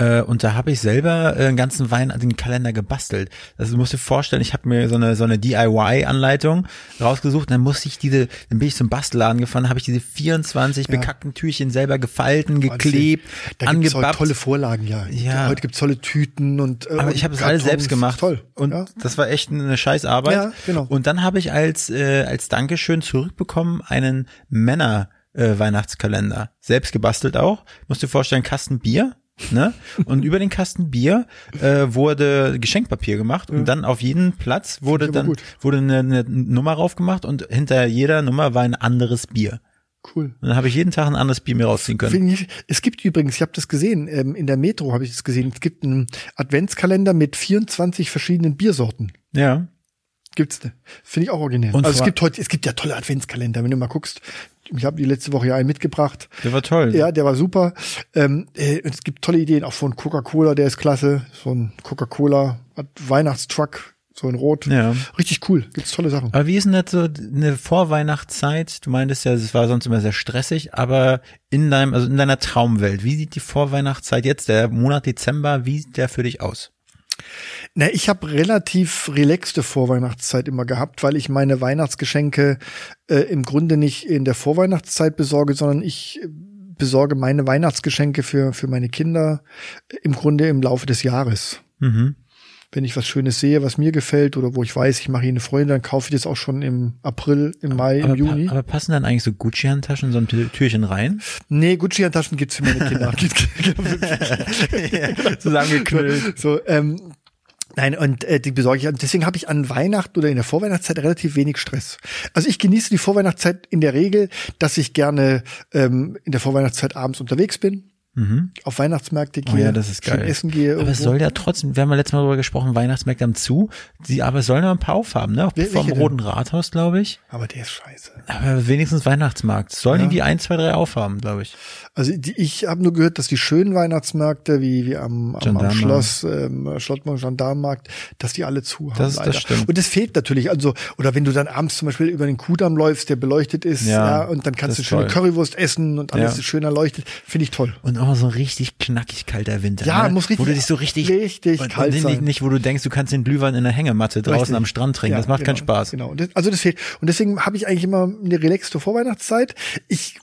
Speaker 3: Äh, und da habe ich selber äh, einen ganzen Wein, den Kalender gebastelt. Also du musst dir vorstellen, ich habe mir so eine so eine DIY-Anleitung rausgesucht und dann musste ich diese, dann bin ich zum Bastelladen gefahren, habe ich diese 24 bekackten Türchen selber gefalten, geklebt,
Speaker 2: da gibt es
Speaker 3: angebappt.
Speaker 2: tolle Vorlagen, ja.
Speaker 3: Ja.
Speaker 2: Heute gibt es tolle Tüten und äh,
Speaker 3: Aber
Speaker 2: und
Speaker 3: ich habe es alles
Speaker 2: Kartons.
Speaker 3: selbst gemacht.
Speaker 2: Toll.
Speaker 3: Und
Speaker 2: ja.
Speaker 3: das war echt eine Scheißarbeit.
Speaker 2: Ja, genau.
Speaker 3: Und dann habe ich als äh, als Dankeschön zurückbekommen einen Männer äh, Weihnachtskalender, selbst gebastelt auch. Musst dir vorstellen, Kasten Bier. Ne? Und über den Kasten Bier äh, wurde Geschenkpapier gemacht und dann auf jeden Platz wurde
Speaker 2: Finde ich
Speaker 3: dann
Speaker 2: aber
Speaker 3: wurde eine, eine Nummer raufgemacht und hinter jeder Nummer war ein anderes Bier.
Speaker 2: Cool.
Speaker 3: Und dann habe ich jeden Tag ein anderes Bier mir rausziehen können.
Speaker 2: Finde ich, es gibt übrigens, ich habe das gesehen, ähm, in der Metro habe ich das gesehen, es gibt einen Adventskalender mit 24 verschiedenen Biersorten.
Speaker 3: Ja.
Speaker 2: Gibt's ne? Finde ich auch originell.
Speaker 3: Und
Speaker 2: also es
Speaker 3: zwar-
Speaker 2: gibt heute, es gibt ja tolle Adventskalender, wenn du mal guckst. Ich habe die letzte Woche ja einen mitgebracht.
Speaker 3: Der war toll.
Speaker 2: Ja, der war super. Ähm, äh, und es gibt tolle Ideen, auch von Coca-Cola, der ist klasse. So ein Coca-Cola Ad- Weihnachtstruck, so in Rot.
Speaker 3: Ja.
Speaker 2: Richtig cool. Gibt's tolle Sachen.
Speaker 3: Aber wie ist denn das so eine Vorweihnachtszeit? Du meintest ja, es war sonst immer sehr stressig, aber in deinem, also in deiner Traumwelt, wie sieht die Vorweihnachtszeit jetzt, der Monat Dezember, wie sieht der für dich aus?
Speaker 2: Na, ich habe relativ relaxte Vorweihnachtszeit immer gehabt, weil ich meine Weihnachtsgeschenke äh, im Grunde nicht in der Vorweihnachtszeit besorge, sondern ich äh, besorge meine Weihnachtsgeschenke für, für meine Kinder äh, im Grunde im Laufe des Jahres.
Speaker 3: Mhm.
Speaker 2: Wenn ich was Schönes sehe, was mir gefällt oder wo ich weiß, ich mache ihnen eine Freude, dann kaufe ich das auch schon im April, im Mai, im
Speaker 3: aber,
Speaker 2: Juni.
Speaker 3: pa- aber passen dann eigentlich so Gucci-Handtaschen in so ein Tü- Türchen rein?
Speaker 2: nee, Gucci-Handtaschen gibt's für meine Kinder.
Speaker 3: Zusammengeknüllt.
Speaker 2: So, ähm, nein, und äh, die besorge ich. Und deswegen habe ich an Weihnachten oder in der Vorweihnachtszeit relativ wenig Stress. Also ich genieße die Vorweihnachtszeit in der Regel, dass ich gerne ähm, in der Vorweihnachtszeit abends unterwegs bin,
Speaker 3: Mhm.
Speaker 2: auf Weihnachtsmärkte gehe,
Speaker 3: Oh ja, das ist
Speaker 2: schön
Speaker 3: geil.
Speaker 2: essen gehe.
Speaker 3: Aber es
Speaker 2: irgendwo.
Speaker 3: soll ja trotzdem, wir haben ja letztes Mal darüber gesprochen, Weihnachtsmärkte haben zu, die, aber es sollen ja ein paar aufhaben, ne?
Speaker 2: Wel-
Speaker 3: Vom
Speaker 2: welche denn?
Speaker 3: Roten Rathaus, glaube ich.
Speaker 2: aber der ist scheiße.
Speaker 3: Aber wenigstens Weihnachtsmarkt. Sollen die die ein, zwei, drei aufhaben, glaube ich.
Speaker 2: Also die, ich habe nur gehört, dass die schönen Weihnachtsmärkte, wie, wie am, am, am
Speaker 3: Gendarmenmarkt.
Speaker 2: Schloss, ähm, Schlottmann Gendarmenmarkt, dass die alle zu haben.
Speaker 3: Das- das
Speaker 2: leider.
Speaker 3: stimmt.
Speaker 2: Und das fehlt natürlich. Also, oder wenn du dann abends zum Beispiel über den Kudamm läufst, der beleuchtet ist, ja,
Speaker 3: Ja,
Speaker 2: und dann
Speaker 3: das
Speaker 2: kannst du
Speaker 3: ist
Speaker 2: schöne
Speaker 3: toll.
Speaker 2: Currywurst essen und alles
Speaker 3: Ja.
Speaker 2: ist schön erleuchtet, finde ich toll.
Speaker 3: Und auch so ein richtig knackig kalter Winter.
Speaker 2: Ja,
Speaker 3: ne?
Speaker 2: muss richtig-
Speaker 3: Wo du dich so richtig,
Speaker 2: richtig
Speaker 3: und,
Speaker 2: kalt
Speaker 3: und
Speaker 2: sein.
Speaker 3: nicht, nicht, wo du denkst, du kannst den Glühwein in der Hängematte draußen
Speaker 2: Richtig.
Speaker 3: am Strand trinken.
Speaker 2: Ja,
Speaker 3: das macht
Speaker 2: genau,
Speaker 3: keinen Spaß.
Speaker 2: Genau. Und das, also das fehlt. Und deswegen habe ich eigentlich immer eine relaxte Vorweihnachtszeit. Ich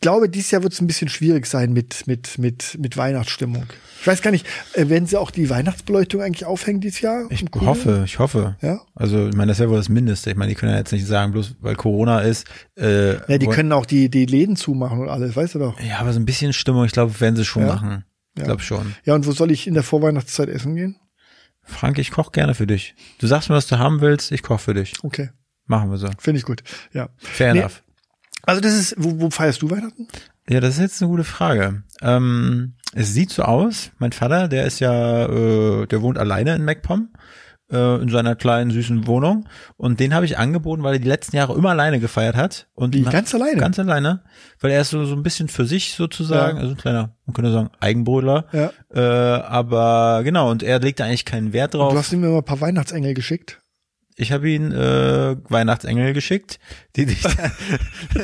Speaker 2: glaube, dieses Jahr wird es ein bisschen schwierig sein mit, mit, mit, mit Weihnachtsstimmung. Ich weiß gar nicht, äh, werden sie auch die Weihnachtsbeleuchtung eigentlich aufhängen dieses Jahr?
Speaker 3: Ich
Speaker 2: Im Kudamm?
Speaker 3: hoffe, ich hoffe.
Speaker 2: Ja?
Speaker 3: Also, ich meine, das wäre wohl das Mindeste. Ich meine, die können ja jetzt nicht sagen, bloß weil Corona ist. Äh,
Speaker 2: Ja, die
Speaker 3: wo-
Speaker 2: können auch die, die Läden zumachen und alles, weißt du doch.
Speaker 3: Ja, aber so ein bisschen Stimmung, ich glaube, werden sie schon
Speaker 2: Ja.
Speaker 3: machen. Ich
Speaker 2: Ja.
Speaker 3: glaube schon.
Speaker 2: Ja, und wo soll ich in der Vorweihnachtszeit essen gehen?
Speaker 3: Frank, ich koche gerne für dich. Du sagst mir, was du haben willst, ich koche für dich.
Speaker 2: Okay,
Speaker 3: Machen wir so.
Speaker 2: finde ich gut. Ja.
Speaker 3: Fair
Speaker 2: Nee.
Speaker 3: enough.
Speaker 2: Also das ist, wo, wo feierst du Weihnachten?
Speaker 3: Ja, das ist jetzt eine gute Frage. Ähm, es sieht so aus, mein Vater, der ist ja, äh, der wohnt alleine in MacPom, äh, in seiner kleinen süßen Wohnung. Und den habe ich angeboten, weil er die letzten Jahre immer alleine gefeiert hat. Und
Speaker 2: Wie,
Speaker 3: man-
Speaker 2: ganz alleine?
Speaker 3: Ganz alleine. Weil er ist so, so ein bisschen für sich sozusagen,
Speaker 2: Ja.
Speaker 3: also ein kleiner, man könnte sagen, Eigenbrötler.
Speaker 2: Ja.
Speaker 3: Äh, aber genau, und er legt da eigentlich keinen Wert drauf.
Speaker 2: Du hast ihm immer ein paar Weihnachtsengel geschickt.
Speaker 3: Ich habe ihn äh, Weihnachtsengel geschickt, die dich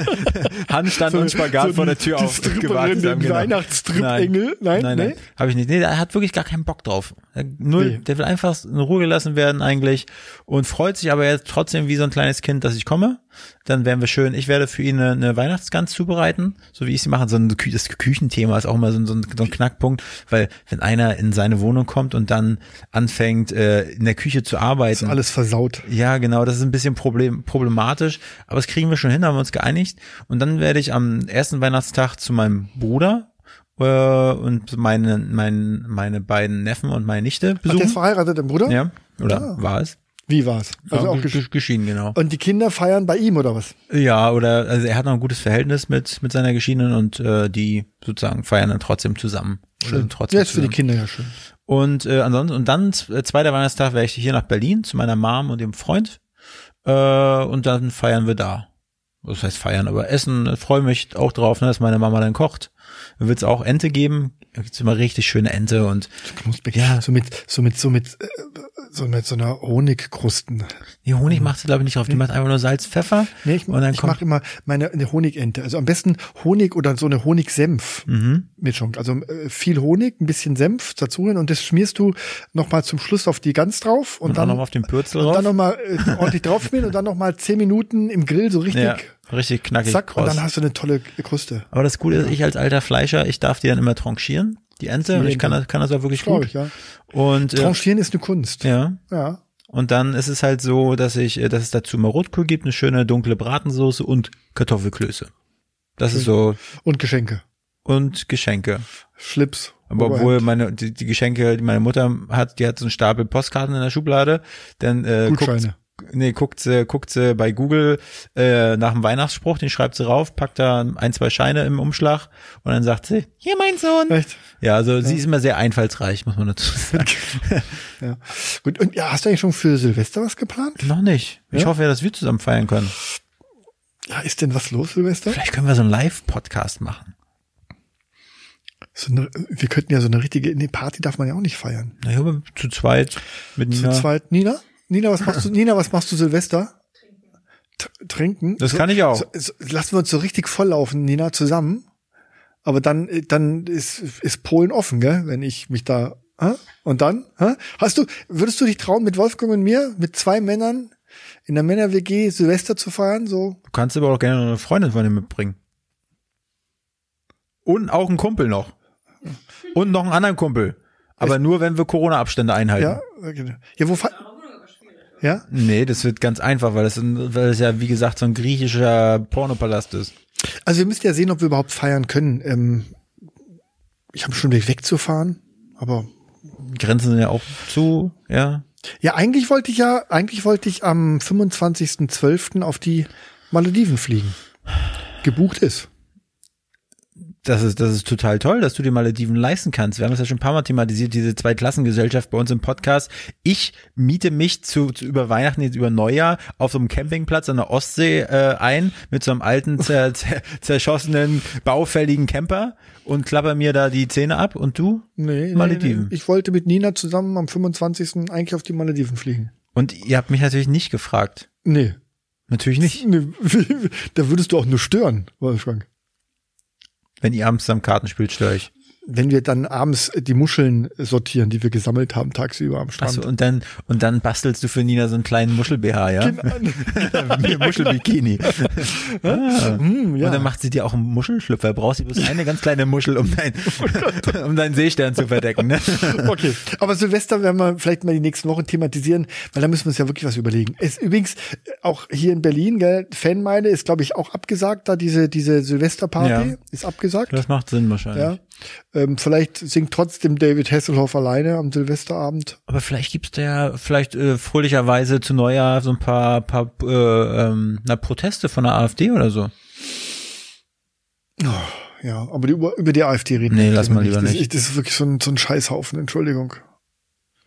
Speaker 3: Handstand und Spagat
Speaker 2: So
Speaker 3: vor
Speaker 2: die-
Speaker 3: der Tür
Speaker 2: die
Speaker 3: auf
Speaker 2: Stripperin,
Speaker 3: gewartet haben.
Speaker 2: den
Speaker 3: genau.
Speaker 2: Weihnachtsstrippengel?
Speaker 3: nein,
Speaker 2: Nein,
Speaker 3: nein,
Speaker 2: nee?
Speaker 3: nein. habe ich nicht. Nee, der hat wirklich gar keinen Bock drauf. Er- Null.
Speaker 2: Nee.
Speaker 3: Der will einfach in Ruhe gelassen werden eigentlich und freut sich aber jetzt trotzdem wie so ein kleines Kind, dass ich komme. Dann werden wir schön. Ich werde für ihn eine, eine Weihnachtsgans zubereiten, so wie ich sie mache. So ein Kü- das Küchenthema ist auch immer so ein, so, ein, so ein Knackpunkt, weil wenn einer in seine Wohnung kommt und dann anfängt äh, in der Küche zu arbeiten,
Speaker 2: Alles versaut.
Speaker 3: ja, genau, das ist ein bisschen problem, problematisch, aber das kriegen wir schon hin, haben wir uns geeinigt. Und dann werde ich am ersten Weihnachtstag zu meinem Bruder äh, und meine, mein, meine beiden Neffen und meine Nichte
Speaker 2: Ach, der
Speaker 3: besuchen.
Speaker 2: ist verheiratet, der Bruder?
Speaker 3: ja, oder
Speaker 2: Ah.
Speaker 3: war es?
Speaker 2: Wie war's? Also
Speaker 3: ja,
Speaker 2: auch
Speaker 3: ge-
Speaker 2: gesch- Oh.
Speaker 3: ge- geschieden, genau.
Speaker 2: Und die Kinder feiern bei ihm oder was?
Speaker 3: Ja, oder also er hat noch ein gutes Verhältnis mit, mit seiner Geschiedenen und äh, die sozusagen feiern dann trotzdem zusammen. Oder sind Trotzdem
Speaker 2: Ja, ist Äh, für die
Speaker 3: zusammen.
Speaker 2: Kinder ja schön.
Speaker 3: Und äh, ansonsten, und dann z- äh, zweiter Weihnachtstag werde ich hier nach Berlin zu meiner Mom und dem Freund. Äh, und dann feiern wir da. Das heißt feiern, aber essen, äh, freue mich auch drauf, ne, dass meine Mama dann kocht. Dann wird's auch Ente geben. Da gibt's immer richtig schöne Ente und
Speaker 2: Knusprig.
Speaker 3: Ja.
Speaker 2: So mit, so mit, so mit, äh, so mit so einer Honigkrusten.
Speaker 3: die Honig macht sie, glaube ich, nicht drauf. Die macht einfach nur Salz, Pfeffer.
Speaker 2: Mhm. Nee, ich,
Speaker 3: und dann
Speaker 2: ich
Speaker 3: kommt.
Speaker 2: mache immer meine eine Honigente. Also am besten Honig oder so eine
Speaker 3: Mhm.
Speaker 2: Honigsenf-Mischung. Also äh, viel Honig, ein bisschen Senf dazu hin und das schmierst du nochmal zum Schluss auf die Gans drauf und,
Speaker 3: und dann
Speaker 2: dann,
Speaker 3: noch mal auf den Pürzel
Speaker 2: und
Speaker 3: drauf.
Speaker 2: dann nochmal äh, ordentlich draufschmieren und dann nochmal zehn Minuten im Grill so richtig
Speaker 3: ja, richtig knackig.
Speaker 2: zack und
Speaker 3: kross.
Speaker 2: dann hast du eine tolle Kruste.
Speaker 3: Aber das Coole ist, ich als alter Fleischer, ich darf die dann immer tranchieren, die Ente. Und ich kann,
Speaker 2: Ente.
Speaker 3: das- kann das auch wirklich
Speaker 2: Glaube
Speaker 3: gut.
Speaker 2: ich, ja.
Speaker 3: Und äh,
Speaker 2: Tranchieren ist eine Kunst.
Speaker 3: ja.
Speaker 2: ja.
Speaker 3: Und dann ist es halt so, dass ich, äh, dass es dazu mal Rotkohl gibt, eine schöne dunkle Bratensoße und Kartoffelklöße. Das ist so
Speaker 2: Und Geschenke.
Speaker 3: und Geschenke.
Speaker 2: Schlips.
Speaker 3: Aber
Speaker 2: Oberhemd.
Speaker 3: obwohl meine die, die Geschenke, die meine Mutter hat, die hat so einen Stapel Postkarten in der Schublade, dann äh, guckt
Speaker 2: Gutscheine.
Speaker 3: nee, guckt sie, guckt sie bei Google äh, nach dem Weihnachtsspruch, den schreibt sie rauf, packt da ein, zwei Scheine im Umschlag und dann sagt sie, hier mein Sohn.
Speaker 2: Echt?
Speaker 3: Ja, also sie ist immer sehr einfallsreich, muss man dazu sagen.
Speaker 2: Ja. Gut, und ja, hast du eigentlich schon für Silvester was geplant?
Speaker 3: Noch nicht. Ich
Speaker 2: Ja?
Speaker 3: hoffe ja, dass wir zusammen feiern können.
Speaker 2: Ja, ist denn was los, Silvester?
Speaker 3: Vielleicht können wir so einen Live-Podcast machen.
Speaker 2: So eine, wir könnten ja so eine richtige, nee, Party darf man ja auch nicht feiern.
Speaker 3: Naja, aber zu zweit mit
Speaker 2: Zu
Speaker 3: Nina.
Speaker 2: zweit, Nina? Nina, was machst du, Nina, was machst du Silvester? Tr- Trinken.
Speaker 3: Das kann ich auch.
Speaker 2: So, so, lassen wir uns so richtig volllaufen, Nina, zusammen. Aber dann, äh, dann ist, ist Polen offen, gell? Wenn ich mich da, hä? und dann, hä? hast du, würdest du dich trauen, mit Wolfgang und mir, mit zwei Männern in der Männer-WG Silvester zu feiern, so?
Speaker 3: Du kannst aber auch gerne noch eine Freundin von dir mitbringen. Und auch einen Kumpel noch. Und noch einen anderen Kumpel. Aber nur, wenn wir Corona-Abstände einhalten.
Speaker 2: Ja, okay. ja, wo, fa- ja?
Speaker 3: Nee, das wird ganz einfach, weil das, weil das ja, wie gesagt, so ein griechischer Pornopalast ist.
Speaker 2: Also wir müssen ja sehen, ob wir überhaupt feiern können. Ähm, ich habe schon überlegt, wegzufahren, aber
Speaker 3: Grenzen sind ja auch zu, ja.
Speaker 2: ja, eigentlich wollte ich ja, eigentlich wollte ich am 25.12. auf die Malediven fliegen. Gebucht ist.
Speaker 3: Das ist, das ist total toll, dass du die Malediven leisten kannst. Wir haben das ja schon ein paar Mal thematisiert, diese Zweiklassengesellschaft bei uns im Podcast. Ich miete mich zu, zu über Weihnachten, jetzt über Neujahr auf so einem Campingplatz an der Ostsee äh, ein mit so einem alten, zer, zer, zerschossenen, baufälligen Camper und klapper mir da die Zähne ab. Und du? Malediven.
Speaker 2: Ich wollte mit Nina zusammen am 25. eigentlich auf die Malediven fliegen.
Speaker 3: Und ihr habt mich natürlich nicht gefragt.
Speaker 2: Nee.
Speaker 3: Natürlich nicht.
Speaker 2: nee. Da würdest du auch nur stören, Wolfgang.
Speaker 3: Wenn ihr abends am Karten spielt, störe ich.
Speaker 2: Wenn wir dann abends die Muscheln sortieren, die wir gesammelt haben, tagsüber am Strand.
Speaker 3: Achso, und dann, und dann bastelst du für Nina so einen kleinen Muschel-BH, ja?
Speaker 2: Genau.
Speaker 3: Mir Muschel-Bikini.
Speaker 2: Hm, ja.
Speaker 3: Und dann macht sie dir auch einen Muschelschlüpfer. Brauchst du bloß eine ganz kleine Muschel, um, dein, um deinen Seestern zu verdecken. Ne?
Speaker 2: Okay, aber Silvester werden wir vielleicht mal die nächsten Wochen thematisieren, weil da müssen wir uns ja wirklich was überlegen. Es übrigens äh, auch hier in Berlin, gell, Fanmeile ist glaube ich auch abgesagt, da diese diese Silvesterparty
Speaker 3: Ja.
Speaker 2: ist abgesagt.
Speaker 3: Das macht Sinn wahrscheinlich.
Speaker 2: Ja. Ähm, vielleicht singt trotzdem David Hasselhoff alleine am Silvesterabend.
Speaker 3: Aber vielleicht gibt's da ja vielleicht äh, fröhlicherweise zu Neujahr so ein paar, paar äh, ähm, na, Proteste von der AfD oder so.
Speaker 2: Ja, aber die, über, über die AfD reden.
Speaker 3: Nee,
Speaker 2: wir
Speaker 3: lass mal lieber
Speaker 2: das,
Speaker 3: nicht.
Speaker 2: Das ist wirklich so ein, so ein Scheißhaufen, Entschuldigung.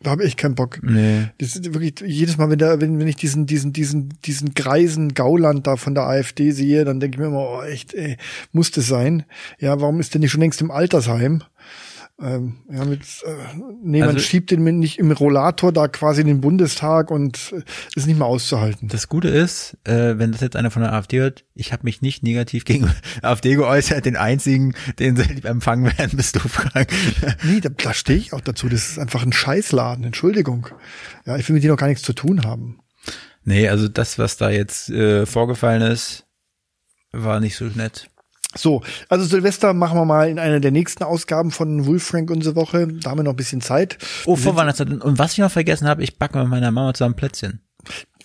Speaker 2: Da habe ich keinen Bock.
Speaker 3: Nee.
Speaker 2: Das ist wirklich jedes Mal, wenn, da, wenn, wenn ich diesen, diesen, diesen, diesen greisen Gauland da von der AfD sehe, dann denke ich mir immer, oh, echt, ey, muss das sein? Ja, warum ist der nicht schon längst im Altersheim? Ähm, ja, mit, äh, nee, man
Speaker 3: Also-
Speaker 2: schiebt den mit- nicht im Rollator da quasi in den Bundestag und äh, ist nicht mehr auszuhalten.
Speaker 3: Das Gute ist, äh, wenn das jetzt einer von der AfD hört, ich habe mich nicht negativ gegen AfD geäußert. Den einzigen, den sie lieb empfangen werden, bist du, Frank.
Speaker 2: Nee, da, da stehe ich auch dazu. Das ist einfach ein Scheißladen, Entschuldigung. Ja, ich will mit denen auch gar nichts zu tun haben.
Speaker 3: Nee, also das, was da jetzt äh, vorgefallen ist, war nicht so nett.
Speaker 2: So, also Silvester machen wir mal in einer der nächsten Ausgaben von Wolfrank unsere Woche. Da haben wir noch ein bisschen Zeit.
Speaker 3: Oh, vor Weihnachtszeit. Und was ich noch vergessen habe, ich backe mit meiner Mama zusammen Plätzchen.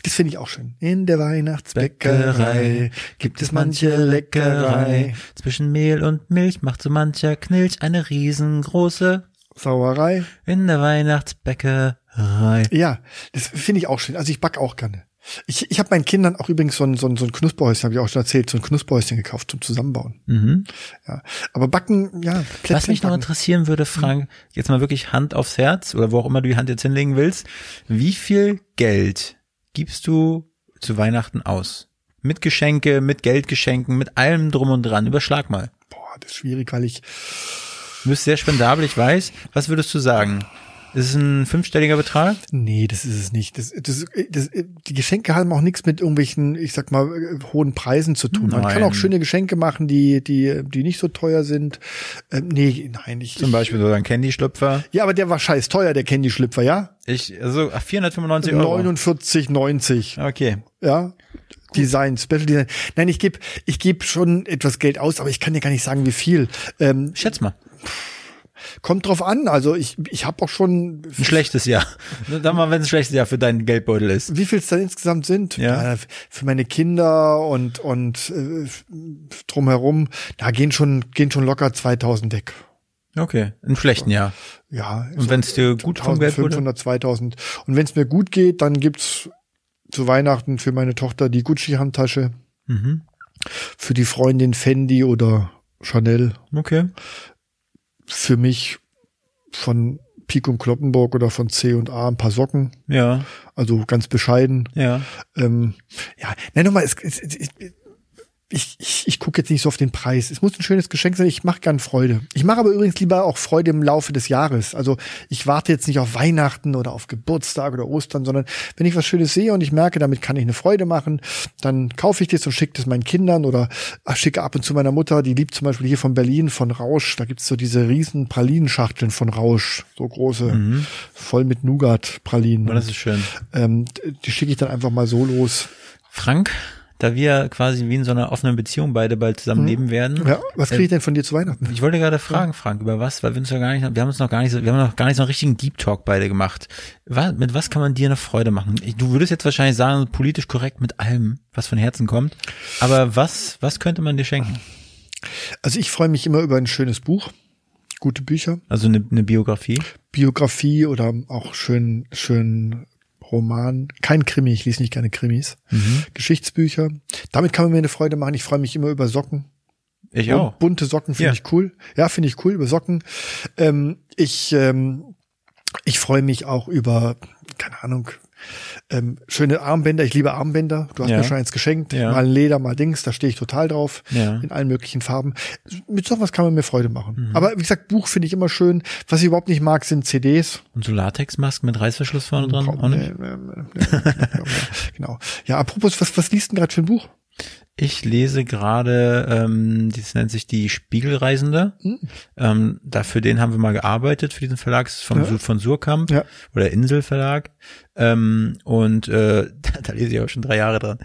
Speaker 2: Das finde ich auch schön. In der Weihnachtsbäckerei gibt es manche Leckerei.
Speaker 3: Zwischen Mehl und Milch macht so mancher Knilch eine riesengroße
Speaker 2: Sauerei.
Speaker 3: in der Weihnachtsbäckerei.
Speaker 2: Ja, das finde ich auch schön. Also ich back auch gerne. Ich, ich habe meinen Kindern auch übrigens so ein, so ein, so ein Knusperhäuschen, habe ich auch schon erzählt, so ein Knusperhäuschen gekauft zum Zusammenbauen.
Speaker 3: Mhm.
Speaker 2: Ja. Aber backen, ja, Plätzchen
Speaker 3: Was mich noch
Speaker 2: backen.
Speaker 3: interessieren würde, Frank, jetzt mal wirklich Hand aufs Herz oder wo auch immer du die Hand jetzt hinlegen willst, wie viel Geld gibst du zu Weihnachten aus? Mit Geschenke, mit Geldgeschenken, mit allem drum und dran. Überschlag mal.
Speaker 2: Boah, das ist schwierig, weil ich
Speaker 3: Du bist sehr spendabel, ich weiß. Was würdest du sagen? Ist es ein fünfstelliger Betrag?
Speaker 2: Nee, das ist es nicht. Das, das, das, die Geschenke haben auch nichts mit irgendwelchen, ich sag mal, äh, hohen Preisen zu tun. Man kann
Speaker 3: Nein.
Speaker 2: auch schöne Geschenke machen, die, die, die nicht so teuer sind. Ähm, nee, nein, ich.
Speaker 3: Zum Beispiel so ein Candy-Schlüpfer.
Speaker 2: Ich, ja, aber der war scheiß teuer, der Candy Schlüpfer, ja?
Speaker 3: Ich, also ach, 495 Euro.
Speaker 2: 49,90.
Speaker 3: Okay.
Speaker 2: Ja. Design, Special Design. Nein, ich gebe ich geb schon etwas Geld aus, aber ich kann dir gar nicht sagen, wie viel. Ähm,
Speaker 3: Schätz mal.
Speaker 2: kommt drauf an. Also ich, ich habe auch schon
Speaker 3: Ein schlechtes Jahr. Sag mal, wenn es ein schlechtes Jahr für deinen Geldbeutel ist.
Speaker 2: wie viel es dann insgesamt sind
Speaker 3: Ja.
Speaker 2: Äh, für meine Kinder und und äh, f- drumherum da gehen schon gehen schon locker 2000 weg
Speaker 3: Okay. Im schlechten Jahr.
Speaker 2: ja
Speaker 3: Und wenn es dir gut vom Geld wurde?
Speaker 2: 1500 2000 und wenn es mir gut geht dann gibt's zu Weihnachten für meine Tochter die Gucci Handtasche
Speaker 3: Mhm.
Speaker 2: für die Freundin Fendi oder Chanel
Speaker 3: Okay.
Speaker 2: für mich von Pik und Kloppenburg oder von C und A ein paar Socken
Speaker 3: Ja.
Speaker 2: also ganz bescheiden
Speaker 3: Ja.
Speaker 2: Ähm, ja, nein, nochmal, es, es, es, ich, ich, ich gucke jetzt nicht so auf den Preis. Es muss ein schönes Geschenk sein. Ich mache gern Freude. Ich mache aber übrigens lieber auch Freude im Laufe des Jahres. Also ich warte jetzt nicht auf Weihnachten oder auf Geburtstag oder Ostern, sondern wenn ich was Schönes sehe und ich merke, damit kann ich eine Freude machen, dann kaufe ich das und schicke das meinen Kindern oder ach, schicke ab und zu meiner Mutter. Die liebt zum Beispiel hier von Berlin von Rausch. Da gibt's so diese riesen Pralinenschachteln von Rausch. So große, voll mit Nougat-Pralinen.
Speaker 3: Aber das ist schön.
Speaker 2: Ähm, die schicke ich dann einfach mal so los.
Speaker 3: Frank, da wir quasi wie in so einer offenen Beziehung beide bald zusammenleben werden.
Speaker 2: Ja, was kriege ich denn von dir zu Weihnachten?
Speaker 3: Ich wollte gerade fragen, Frank, über was, weil wir uns ja gar nicht, wir haben uns noch gar nicht, so- wir haben noch gar nicht so einen richtigen Deep Talk beide gemacht. Was, mit was kann man dir eine Freude machen? Ich, du würdest jetzt wahrscheinlich sagen, politisch korrekt mit allem, was von Herzen kommt. Aber was, was könnte man dir schenken?
Speaker 2: Also ich freue mich immer über ein schönes Buch, gute Bücher,
Speaker 3: Also eine, eine Biografie?
Speaker 2: Biografie oder auch schön, schön Roman. Kein Krimi, ich lese nicht gerne Krimis. Geschichtsbücher. Damit kann man mir eine Freude machen. Ich freue mich immer über Socken.
Speaker 3: Ich
Speaker 2: Bun-
Speaker 3: auch.
Speaker 2: Bunte Socken finde
Speaker 3: Ja.
Speaker 2: ich cool. Ja, finde ich cool über Socken. Ähm, ich ähm, ich freue mich auch über, keine Ahnung, ähm, schöne Armbänder. Ich liebe Armbänder. Du hast
Speaker 3: Ja.
Speaker 2: mir schon eins geschenkt.
Speaker 3: Ja.
Speaker 2: Mal Leder, mal Dings. Da stehe ich total drauf.
Speaker 3: Ja.
Speaker 2: In allen möglichen Farben. Mit sowas kann man mir Freude machen. Aber wie gesagt, Buch finde ich immer schön. Was ich überhaupt nicht mag, sind CDs.
Speaker 3: Und so Latexmasken mit Reißverschluss vorne dran? Auch nicht?
Speaker 2: Nee, nee, nee, nee. genau. Ja, apropos, was, was liest du denn gerade für ein Buch?
Speaker 3: Ich lese gerade, ähm, das nennt sich die Spiegelreisende.
Speaker 2: Hm.
Speaker 3: Ähm, dafür den haben wir mal gearbeitet für diesen Verlag das ist vom,
Speaker 2: Ja.
Speaker 3: Su- von Surkamp
Speaker 2: Ja.
Speaker 3: oder Inselverlag. Ähm, und äh, da, da lese ich auch schon drei Jahre dran.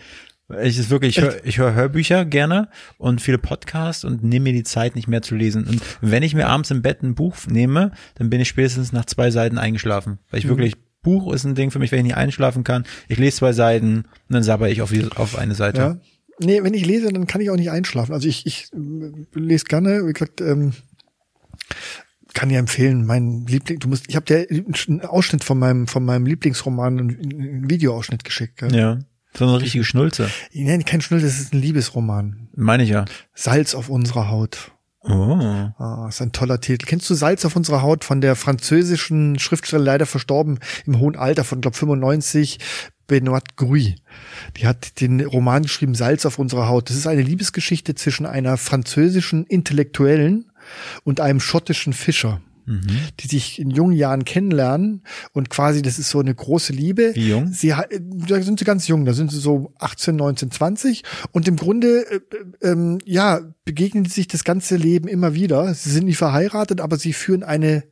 Speaker 3: Ich ist wirklich, ich höre ich hör Hörbücher gerne und viele Podcasts und nehme mir die Zeit nicht mehr zu lesen. Und wenn ich mir abends im Bett ein Buch nehme, dann bin ich spätestens nach zwei Seiten eingeschlafen. Weil
Speaker 2: Mhm.
Speaker 3: ich wirklich, Buch ist ein Ding für mich, wenn ich nicht einschlafen kann. Ich lese zwei Seiten und dann sabber ich auf, die- auf eine Seite.
Speaker 2: Ja. Nee, wenn ich lese, dann kann ich auch nicht einschlafen. Also ich, ich ähm, lese gerne, wie gesagt, ähm, kann dir empfehlen, mein Liebling, du musst, ich habe dir einen Ausschnitt von meinem, von meinem Lieblingsroman, einen, einen Videoausschnitt geschickt. Gell?
Speaker 3: Ja. So eine richtige Schnulze.
Speaker 2: Nein, kein Schnull, das ist ein Liebesroman.
Speaker 3: Meine ich ja.
Speaker 2: Salz auf unserer Haut.
Speaker 3: Oh.
Speaker 2: Ah, ist ein toller Titel. Kennst du Salz auf unserer Haut von der französischen Schriftstellerin, leider verstorben im hohen Alter von, glaube 95, Benoit Gouy. Die hat den Roman geschrieben Salz auf unserer Haut. Das ist eine Liebesgeschichte zwischen einer französischen Intellektuellen und einem schottischen Fischer, die sich in jungen Jahren kennenlernen und quasi, das ist so eine große Liebe.
Speaker 3: Wie jung?
Speaker 2: Sie, ha- äh, da sind sie ganz jung, da sind sie so 18, 19, 20 und im Grunde, äh, äh, ähm, ja, begegnen sie sich das ganze Leben immer wieder. Sie sind nicht verheiratet, aber sie führen eine,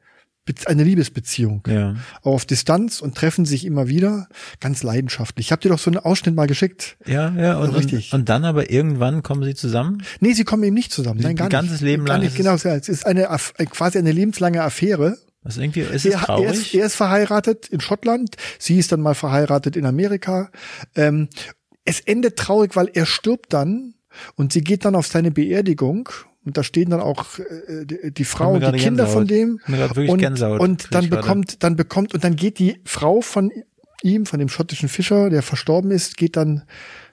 Speaker 2: Be- eine Liebesbeziehung
Speaker 3: Ja.
Speaker 2: auch auf Distanz und treffen sich immer wieder ganz leidenschaftlich. Ich habe dir doch so einen Ausschnitt mal geschickt.
Speaker 3: Ja, ja, und,
Speaker 2: Richtig.
Speaker 3: und, und dann aber irgendwann kommen sie zusammen.
Speaker 2: Nee, sie kommen eben nicht zusammen. Nein, gar
Speaker 3: Ein ganzes
Speaker 2: nicht.
Speaker 3: Leben
Speaker 2: gar
Speaker 3: lang
Speaker 2: nicht.
Speaker 3: ist
Speaker 2: Genau, es ist eine Aff- quasi eine lebenslange Affäre.
Speaker 3: Das ist irgendwie, ist es
Speaker 2: Er, er,
Speaker 3: traurig?
Speaker 2: ist, er ist verheiratet in Schottland, sie ist dann mal verheiratet in Amerika. Ähm, es endet traurig, weil er stirbt dann und sie geht dann auf seine Beerdigung und da stehen dann auch äh, die, die Frau
Speaker 3: mir
Speaker 2: und die
Speaker 3: gerade
Speaker 2: Kinder von dem
Speaker 3: Gänsehaut. Mir gerade wirklich
Speaker 2: und,
Speaker 3: Gänsehaut.
Speaker 2: und dann
Speaker 3: Krieg ich gerade.
Speaker 2: bekommt, dann bekommt und dann geht die Frau von ihm, von dem schottischen Fischer, der verstorben ist, geht dann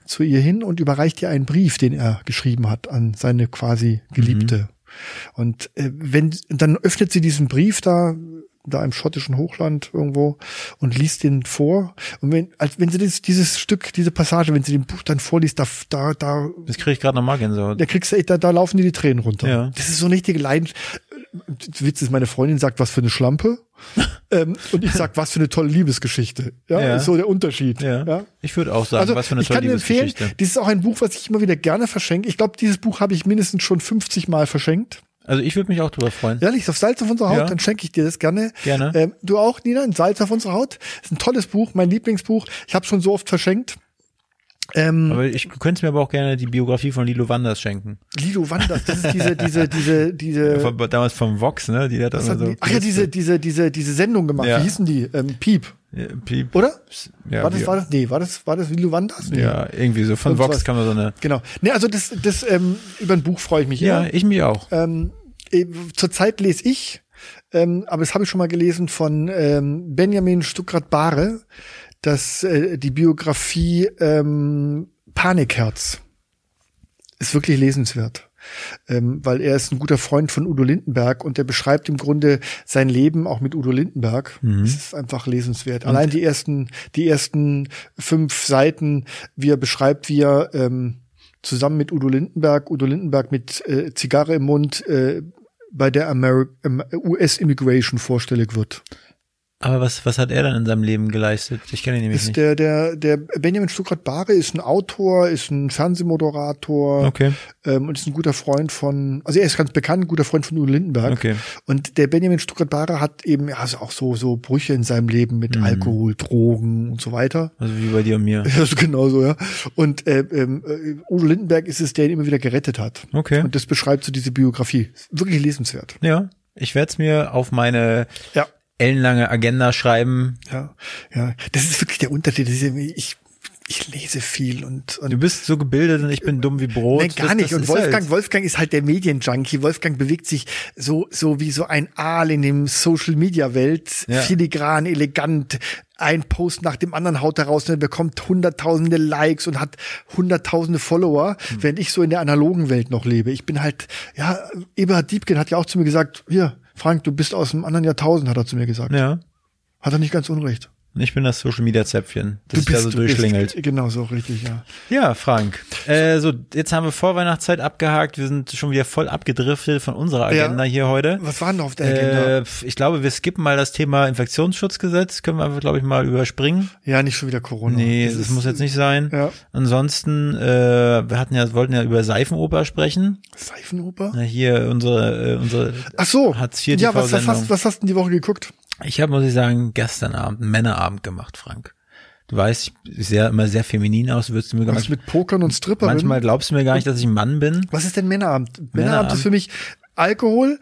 Speaker 2: zu ihr hin und überreicht ihr einen Brief, den er geschrieben hat an seine quasi
Speaker 3: Mhm.
Speaker 2: Geliebte. Und äh, wenn dann öffnet sie diesen Brief da da im schottischen Hochland irgendwo und liest den vor und wenn als wenn sie das, dieses Stück diese Passage wenn sie den Buch dann vorliest da da da
Speaker 3: das kriege ich gerade nochmal Gänsehaut.
Speaker 2: da kriegst du, da, da laufen dir die Tränen runter.
Speaker 3: Ja.
Speaker 2: Das ist so eine richtige Leidenschaft. Witz ist, meine Freundin sagt, was für eine Schlampe. ähm, und ich sag, was für eine tolle Liebesgeschichte. Ja,
Speaker 3: Ja.
Speaker 2: ist so der Unterschied.
Speaker 3: Ja. Ich würde auch sagen,
Speaker 2: Also,
Speaker 3: was für eine
Speaker 2: ich kann
Speaker 3: tolle
Speaker 2: dir empfehlen,
Speaker 3: Liebesgeschichte.
Speaker 2: dieses ist auch ein Buch, was ich immer wieder gerne verschenke. Ich glaube, dieses Buch habe ich mindestens schon 50 Mal verschenkt.
Speaker 3: Also ich würde mich auch drüber freuen.
Speaker 2: Ehrlich, auf Salz auf unserer Haut,
Speaker 3: Ja.
Speaker 2: dann schenke ich dir das gerne.
Speaker 3: Gerne.
Speaker 2: Ähm, du auch, Nina, ein Salz auf unserer Haut. Ist ein tolles Buch, mein Lieblingsbuch. Ich habe schon so oft verschenkt. Ähm,
Speaker 3: Aber ich du könntest mir aber auch gerne die Biografie von Lilo Wanders schenken.
Speaker 2: Lido Wanders, das ist diese, diese, diese, diese.
Speaker 3: Von, damals vom Vox, ne? Die hat das
Speaker 2: Äh. Was hatten
Speaker 3: so.
Speaker 2: die? Ach ja, diese, diese, diese, diese Sendung gemacht.
Speaker 3: Ja.
Speaker 2: Wie hießen die? Ähm, Piep,
Speaker 3: Ja, Piep.
Speaker 2: oder?
Speaker 3: Ja,
Speaker 2: war, das,
Speaker 3: wie-
Speaker 2: war das, nee, war das, war das Lilo Wanders? Nee.
Speaker 3: Ja, irgendwie so. Von
Speaker 2: Irgendwas.
Speaker 3: Vox kann man so eine.
Speaker 2: Genau. Nee, also das, das, ähm, über ein Buch freue ich mich
Speaker 3: Ja,
Speaker 2: immer.
Speaker 3: ich mich auch.
Speaker 2: Ähm, eh, Zurzeit lese ich, ähm, aber das habe ich schon mal gelesen von ähm, Benjamin Stuckrad-Bahre, dass äh, die Biografie ähm, Panikherz ist wirklich lesenswert. Ähm, weil er ist ein guter Freund von Udo Lindenberg und der beschreibt im Grunde sein Leben auch mit Udo Lindenberg.
Speaker 3: Mhm.
Speaker 2: Es ist einfach lesenswert. Allein die ersten, die ersten fünf Seiten, wie er beschreibt, wie er ähm, zusammen mit Udo Lindenberg, Udo Lindenberg mit äh, Zigarre im Mund äh, bei der Ameri ähm, US Immigration vorstellig wird.
Speaker 3: Aber was, was hat er dann in seinem Leben geleistet? Ich kenne ihn nämlich
Speaker 2: Ist
Speaker 3: nicht.
Speaker 2: der, der, der Benjamin Stuckrad-Bahre ist ein Autor, ist ein Fernsehmoderator,
Speaker 3: Okay.
Speaker 2: ähm, und ist ein guter Freund von, also er ist ganz bekannt, ein guter Freund von Udo Lindenberg.
Speaker 3: Okay.
Speaker 2: Und der Benjamin Stuckrad-Bahre hat eben ja, also auch so, so Brüche in seinem Leben
Speaker 3: Mhm.
Speaker 2: mit Alkohol, Drogen und so weiter.
Speaker 3: Also wie bei dir und mir.
Speaker 2: Das ist genauso, ja. Und äh, ähm, äh, Udo Lindenberg ist es, der ihn immer wieder gerettet hat.
Speaker 3: Okay.
Speaker 2: Und das beschreibt so diese Biografie. Ist Wirklich lesenswert.
Speaker 3: Ja. Ich werde es mir auf meine
Speaker 2: Ja.
Speaker 3: ellenlange Agenda schreiben.
Speaker 2: Ja, ja. Das ist wirklich der Unterschied. Das ist, irgendwie- ich, ich lese viel und, und
Speaker 3: Du bist so gebildet und ich bin dumm wie Brot.
Speaker 2: Nein, gar
Speaker 3: Das-
Speaker 2: nicht.
Speaker 3: das
Speaker 2: Und
Speaker 3: ist
Speaker 2: Wolfgang,
Speaker 3: halt-
Speaker 2: Wolfgang ist halt der Medienjunkie. Wolfgang bewegt sich so, so wie so ein Aal in dem Social Media Welt.
Speaker 3: Ja.
Speaker 2: Filigran, elegant. Ein Post nach dem anderen haut er raus und er bekommt hunderttausende Likes und hat hunderttausende Follower,
Speaker 3: Hm.
Speaker 2: während ich so in der analogen Welt noch lebe. Ich bin halt, ja, Eberhard Diebken hat ja auch zu mir gesagt, hier, Frank, du bist aus einem anderen Jahrtausend, hat er zu mir gesagt.
Speaker 3: Ja.
Speaker 2: Hat er nicht ganz unrecht.
Speaker 3: Und Ich bin das Social Media Zäpfchen, das sich da so durchschlingelt.
Speaker 2: genau so, richtig, ja.
Speaker 3: Ja, Frank. Äh, so, jetzt haben wir Vorweihnachtszeit abgehakt. Wir sind schon wieder voll abgedriftet von unserer
Speaker 2: Ja.
Speaker 3: Agenda hier heute.
Speaker 2: Was war denn auf der Agenda?
Speaker 3: Äh, pf, ich glaube, wir skippen mal das Thema Infektionsschutzgesetz. Können wir einfach, glaube ich, mal überspringen.
Speaker 2: Ja, nicht schon wieder Corona.
Speaker 3: Nee,
Speaker 2: Das
Speaker 3: das,
Speaker 2: ist-
Speaker 3: muss jetzt nicht sein.
Speaker 2: Ja.
Speaker 3: Ansonsten, äh, wir hatten ja, wollten ja über Seifenoper sprechen.
Speaker 2: Seifenoper?
Speaker 3: Na, Hier unsere, äh, unsere
Speaker 2: Ach so.
Speaker 3: Hartz IV
Speaker 2: ja, was, was,
Speaker 3: TV-Sendung.
Speaker 2: hast, was hast du denn die Woche geguckt?
Speaker 3: Ich habe, muss ich sagen, gestern Abend einen Männerabend gemacht, Frank. Du weißt, ich sehe ja immer sehr feminin aus, würdest du mir gar
Speaker 2: Was
Speaker 3: nicht.
Speaker 2: mit Pokern und Stripperinnen?
Speaker 3: Manchmal glaubst du mir gar nicht, dass ich ein Mann bin.
Speaker 2: Was ist denn Männerabend? Männerabend?
Speaker 3: Männerabend.
Speaker 2: ist für mich Alkohol.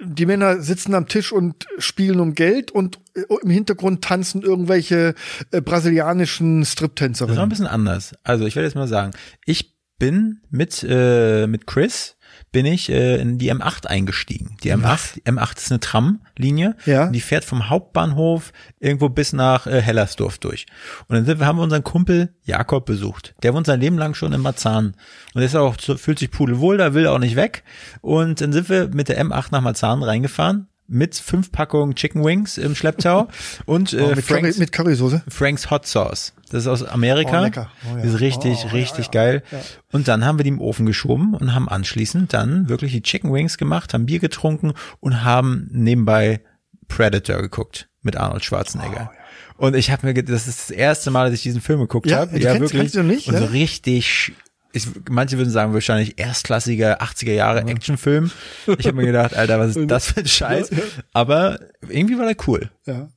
Speaker 2: Die Männer sitzen am Tisch und spielen um Geld und äh, im Hintergrund tanzen irgendwelche äh, brasilianischen
Speaker 3: Das ist noch ein
Speaker 2: Striptänzerinnen.
Speaker 3: bisschen anders. Also ich werde jetzt mal sagen, ich bin mit, äh, mit Chris bin ich äh, in die M8 eingestiegen. Die M8, die M8 ist eine Tramlinie,
Speaker 2: Ja.
Speaker 3: und die fährt vom Hauptbahnhof irgendwo bis nach äh, Hellersdorf durch. Und dann sind wir, haben wir unseren Kumpel Jakob besucht. Der wohnt sein Leben lang schon in Marzahn und ist auch so- fühlt sich pudelwohl, da will er auch nicht weg. Und dann sind wir mit der M8 nach Marzahn reingefahren mit fünf Packungen Chicken Wings im Schlepptau und äh,
Speaker 2: Oh, mit, Curry,
Speaker 3: Franks-
Speaker 2: mit Currysoße.
Speaker 3: Frank's Hot Sauce. Das ist aus Amerika.
Speaker 2: Oh, lecker. Oh, ja.
Speaker 3: Ist richtig,
Speaker 2: Oh, ja,
Speaker 3: richtig geil. Und dann haben wir die im Ofen geschoben und haben anschließend dann wirklich die Chicken Wings gemacht, haben Bier getrunken und haben nebenbei Predator geguckt mit Arnold
Speaker 2: Oh,
Speaker 3: Schwarzenegger. Und ich habe mir, ge- das ist das erste Mal, dass ich diesen Film geguckt
Speaker 2: Ja,
Speaker 3: habe.
Speaker 2: du kennst- kennst du nicht,
Speaker 3: und so
Speaker 2: ja?
Speaker 3: richtig, ich, manche würden sagen wahrscheinlich erstklassiger 80er Jahre Actionfilm. Ich habe mir gedacht, Alter, was ist das für ein Scheiß? Aber irgendwie war der cool.
Speaker 2: Ja.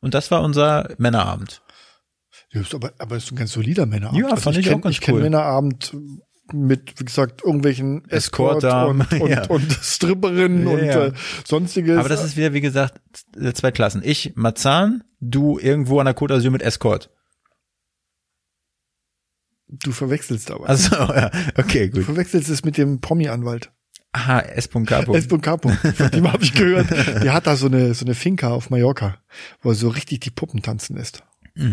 Speaker 3: Und das war unser Männerabend.
Speaker 2: Ja, ist aber, aber ist ein ganz solider Männerabend.
Speaker 3: Ja, fand ich auch
Speaker 2: kenn,
Speaker 3: ganz
Speaker 2: Ich kenne
Speaker 3: cool.
Speaker 2: Männerabend mit, wie gesagt, irgendwelchen Escort,
Speaker 3: Escort-Damen,
Speaker 2: und, und,
Speaker 3: ja.
Speaker 2: und Stripperinnen
Speaker 3: Ja,
Speaker 2: und
Speaker 3: ja.
Speaker 2: Äh, sonstiges.
Speaker 3: Aber das ist wieder, wie gesagt, z- zwei Klassen. Ich Marzahn, du irgendwo an der Côte d'Azur mit Escort.
Speaker 2: du verwechselst aber.
Speaker 3: Also ja, okay,
Speaker 2: du
Speaker 3: gut.
Speaker 2: verwechselst es mit dem Promi-Anwalt.
Speaker 3: Aha, S.K.
Speaker 2: S. Capo. Von dem habe ich gehört. Der hat da so eine, so eine Finca auf Mallorca, wo er so richtig die Puppen tanzen lässt.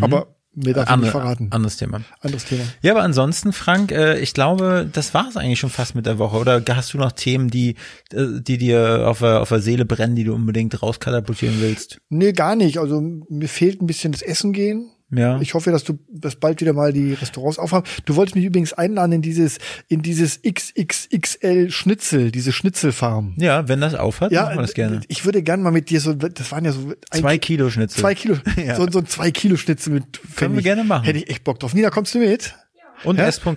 Speaker 2: Aber mir darf ich
Speaker 3: Mhm. Andere-
Speaker 2: nicht verraten.
Speaker 3: Anderes Thema.
Speaker 2: Anderes Thema.
Speaker 3: Ja, aber ansonsten, Frank, äh, ich glaube, das war's eigentlich schon fast mit der Woche. Oder hast du noch Themen, die, äh, die dir auf der, auf der Seele brennen, die du unbedingt rauskatapultieren willst?
Speaker 2: Nee, gar nicht. Also mir fehlt ein bisschen das Essen gehen.
Speaker 3: Ja.
Speaker 2: Ich hoffe, dass du das bald wieder mal die Restaurants aufhaben. Du wolltest mich übrigens einladen in dieses, in dieses XXXL Schnitzel, diese Schnitzelfarm.
Speaker 3: Ja, wenn das aufhat, machen wir das gerne.
Speaker 2: ich würde gerne mal mit dir so, das waren ja so ein-
Speaker 3: Zwei Kilo Schnitzel.
Speaker 2: zwei Kilo,
Speaker 3: Ja.
Speaker 2: so, so ein zwei Kilo Schnitzel mit. Können
Speaker 3: wir gerne machen.
Speaker 2: Hätte ich echt Bock drauf. Nina, kommst du mit?
Speaker 3: Und
Speaker 2: Ja?
Speaker 3: S.K.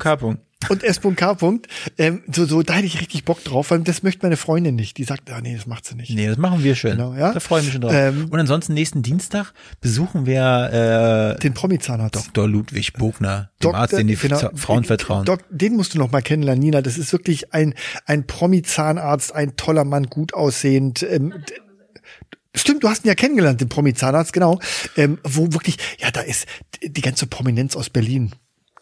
Speaker 2: und S.K. Punkt. Ähm, so, so, da hätte ich richtig Bock drauf, weil das möchte meine Freundin nicht. Die sagt, ah, nee, das macht sie nicht.
Speaker 3: Nee, das machen wir schön.
Speaker 2: Genau, ja.
Speaker 3: Da freue ich mich schon drauf.
Speaker 2: Ähm.
Speaker 3: Und ansonsten nächsten Dienstag besuchen wir äh,
Speaker 2: Den Promi-Zahnarzt.
Speaker 3: Dr. Ludwig Bogner, dem Arzt, den die
Speaker 2: genau,
Speaker 3: Fra- Frauen vertrauen.
Speaker 2: Doc, den musst du noch mal kennenlernen, Nina. Das ist wirklich ein, ein Promi-Zahnarzt, ein toller Mann, gut aussehend. Ähm, d- Stimmt, du hast ihn ja kennengelernt, den Promi-Zahnarzt, genau. Ähm, wo wirklich, ja, da ist d- die ganze Prominenz aus Berlin.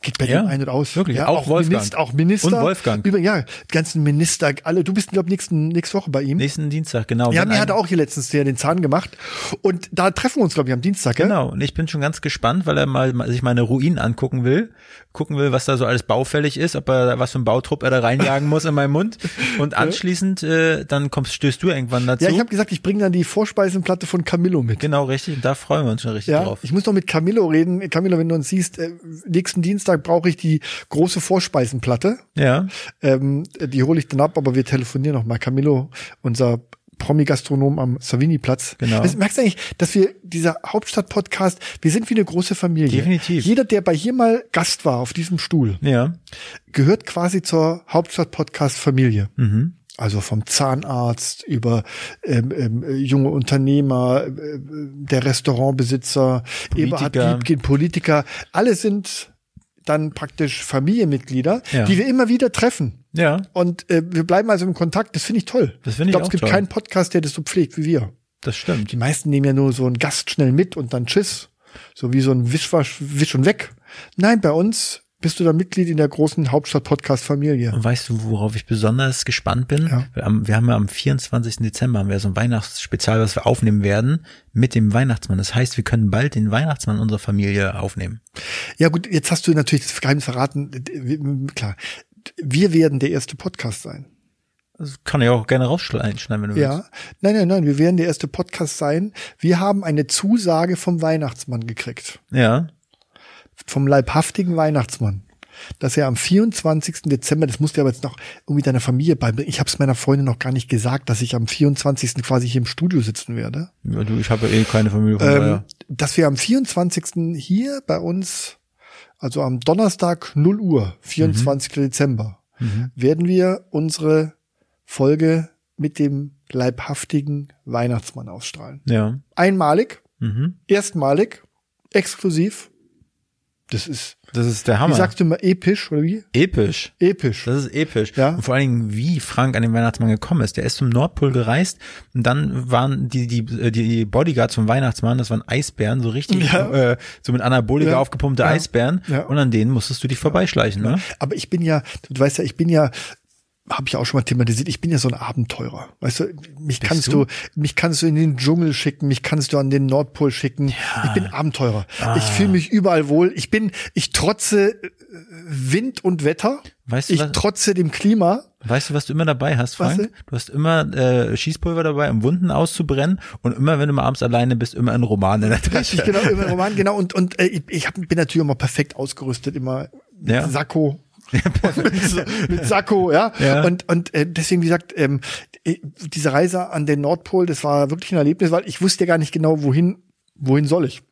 Speaker 2: Geht bei
Speaker 3: Ja,
Speaker 2: dem ein und aus.
Speaker 3: wirklich,
Speaker 2: ja,
Speaker 3: auch Wolfgang.
Speaker 2: Minister, auch Minister.
Speaker 3: Und Wolfgang.
Speaker 2: Über, ja, die ganzen Minister, alle. Du bist, glaube nächsten nächste Woche bei ihm.
Speaker 3: nächsten Dienstag, genau.
Speaker 2: Ja,
Speaker 3: Wenn
Speaker 2: mir
Speaker 3: ein-
Speaker 2: hat er auch hier letztens der den Zahn gemacht. Und da treffen wir uns, glaube ich, am Dienstag, gell?
Speaker 3: Genau, und ich bin schon ganz gespannt, weil er mal mal sich meine Ruinen angucken will, gucken will, was da so alles baufällig ist, ob er was für ein Bautrupp er da reinjagen muss in meinen Mund. Und anschließend, äh, dann kommst, stößt du irgendwann dazu.
Speaker 2: Ja, ich habe gesagt, ich bringe dann die Vorspeisenplatte von Camillo mit.
Speaker 3: genau richtig, und da freuen wir uns schon richtig
Speaker 2: Ja,
Speaker 3: drauf.
Speaker 2: ich muss noch mit Camillo reden. Camillo, wenn du uns siehst, äh, nächsten Dienstag brauche ich die große Vorspeisenplatte.
Speaker 3: Ja,
Speaker 2: Ähm, die hole ich dann ab, aber wir telefonieren noch mal. Camillo, unser Promi-Gastronom am Savini-Platz.
Speaker 3: Genau.
Speaker 2: Also, merkst du eigentlich, dass wir, dieser Hauptstadt-Podcast, wir sind wie eine große Familie.
Speaker 3: Definitiv.
Speaker 2: Jeder, der bei hier mal Gast war auf diesem Stuhl,
Speaker 3: ja,
Speaker 2: gehört quasi zur Hauptstadt-Podcast-Familie.
Speaker 3: mhm.
Speaker 2: Also vom Zahnarzt über ähm, ähm, äh, junge Unternehmer, äh, äh, der Restaurantbesitzer,
Speaker 3: Politiker.
Speaker 2: Eberhard Liebkin, Politiker, alle sind dann praktisch Familienmitglieder,
Speaker 3: Ja.
Speaker 2: die wir immer wieder treffen.
Speaker 3: ja,
Speaker 2: Und äh, wir bleiben also im Kontakt. Das finde ich toll.
Speaker 3: Das finde ich
Speaker 2: glaub,
Speaker 3: auch
Speaker 2: es gibt
Speaker 3: toll.
Speaker 2: keinen Podcast, der das so pflegt wie wir.
Speaker 3: das stimmt.
Speaker 2: Die meisten nehmen ja nur so einen Gast schnell mit und dann tschüss. So wie so ein Wischwasch, Wisch und weg. Nein, bei uns bist du dann Mitglied in der großen Hauptstadt-Podcast-Familie.
Speaker 3: Und weißt du, worauf ich besonders gespannt bin?
Speaker 2: Ja.
Speaker 3: Wir haben- Wir haben ja am 24. Dezember haben wir so ein Weihnachtsspezial, was wir aufnehmen werden mit dem Weihnachtsmann. Das heißt, wir können bald den Weihnachtsmann unserer Familie aufnemen.
Speaker 2: Ja gut, jetzt hast du natürlich das Geheimnis verraten. Wir- Klar, wir werden der erste Podcast sein.
Speaker 3: Das kann ich auch gerne rausschneiden, wenn du willst.
Speaker 2: Ja, nein, nein, nein, wir werden der erste Podcast sein. Wir haben eine Zusage vom Weihnachtsmann gekriegt,
Speaker 3: Ja,
Speaker 2: vom leibhaftigen Weihnachtsmann, dass er am 24. Dezember, das musst du aber jetzt noch irgendwie deiner Familie beibringen. Ich habe es meiner Freundin noch gar nicht gesagt, dass ich am 24. quasi hier im Studio sitzen werde.
Speaker 3: Ja, du, ich habe ja eh keine Familie. Von
Speaker 2: ähm,
Speaker 3: daher.
Speaker 2: dass wir am 24. hier bei uns, also am Donnerstag 0 Uhr, 24.
Speaker 3: Mhm.
Speaker 2: Dezember, werden wir unsere Folge mit dem leibhaftigen Weihnachtsmann ausstrahlen.
Speaker 3: ja.
Speaker 2: Einmalig,
Speaker 3: Mhm.
Speaker 2: erstmalig, exklusiv. Das ist,
Speaker 3: Das ist der
Speaker 2: wie
Speaker 3: Hammer.
Speaker 2: sagst du mal, episch oder wie?
Speaker 3: episch.
Speaker 2: Episch.
Speaker 3: Das ist episch.
Speaker 2: Ja.
Speaker 3: Und vor allen Dingen, wie Frank an den Weihnachtsmann gekommen ist. Der ist zum Nordpol gereist und dann waren die, die, äh, die Bodyguards vom Weihnachtsmann, das waren Eisbären, so richtig, äh, so mit Anabolika
Speaker 2: Ja.
Speaker 3: aufgepumpte
Speaker 2: Ja.
Speaker 3: Eisbären.
Speaker 2: Ja.
Speaker 3: Und an denen musstest du dich vorbeischleichen, ne?
Speaker 2: Aber ich bin ja, du weißt ja, ich bin ja, habe ich auch schon mal thematisiert, ich bin ja so ein Abenteurer. Weißt du, mich kannst
Speaker 3: du?
Speaker 2: du? mich kannst du in den Dschungel schicken, mich kannst du an den Nordpol schicken. Ich bin Abenteurer.
Speaker 3: Ah.
Speaker 2: Ich fühle mich überall wohl. Ich bin, ich trotze äh, Wind und Wetter.
Speaker 3: Weißt du
Speaker 2: ich
Speaker 3: was?
Speaker 2: trotze dem Klima.
Speaker 3: Weißt du, was du immer dabei hast,
Speaker 2: Was
Speaker 3: Frank?
Speaker 2: denn?
Speaker 3: du hast immer äh, Schießpulver dabei, um Wunden auszubrennen. Und immer, wenn du mal abends alleine bist, immer ein Roman in der Tasche.
Speaker 2: Richtig, genau, im Roman, genau. Und, und äh, ich, ich hab, bin natürlich immer perfekt ausgerüstet, immer mit
Speaker 3: Ja.
Speaker 2: Sakko. mit, mit Sakko, ja.
Speaker 3: Ja.
Speaker 2: Und, und äh, deswegen, wie gesagt, ähm, äh, diese Reise an den Nordpol, das war wirklich ein Erlebnis, weil ich wusste ja gar nicht genau, wohin, wohin soll ich.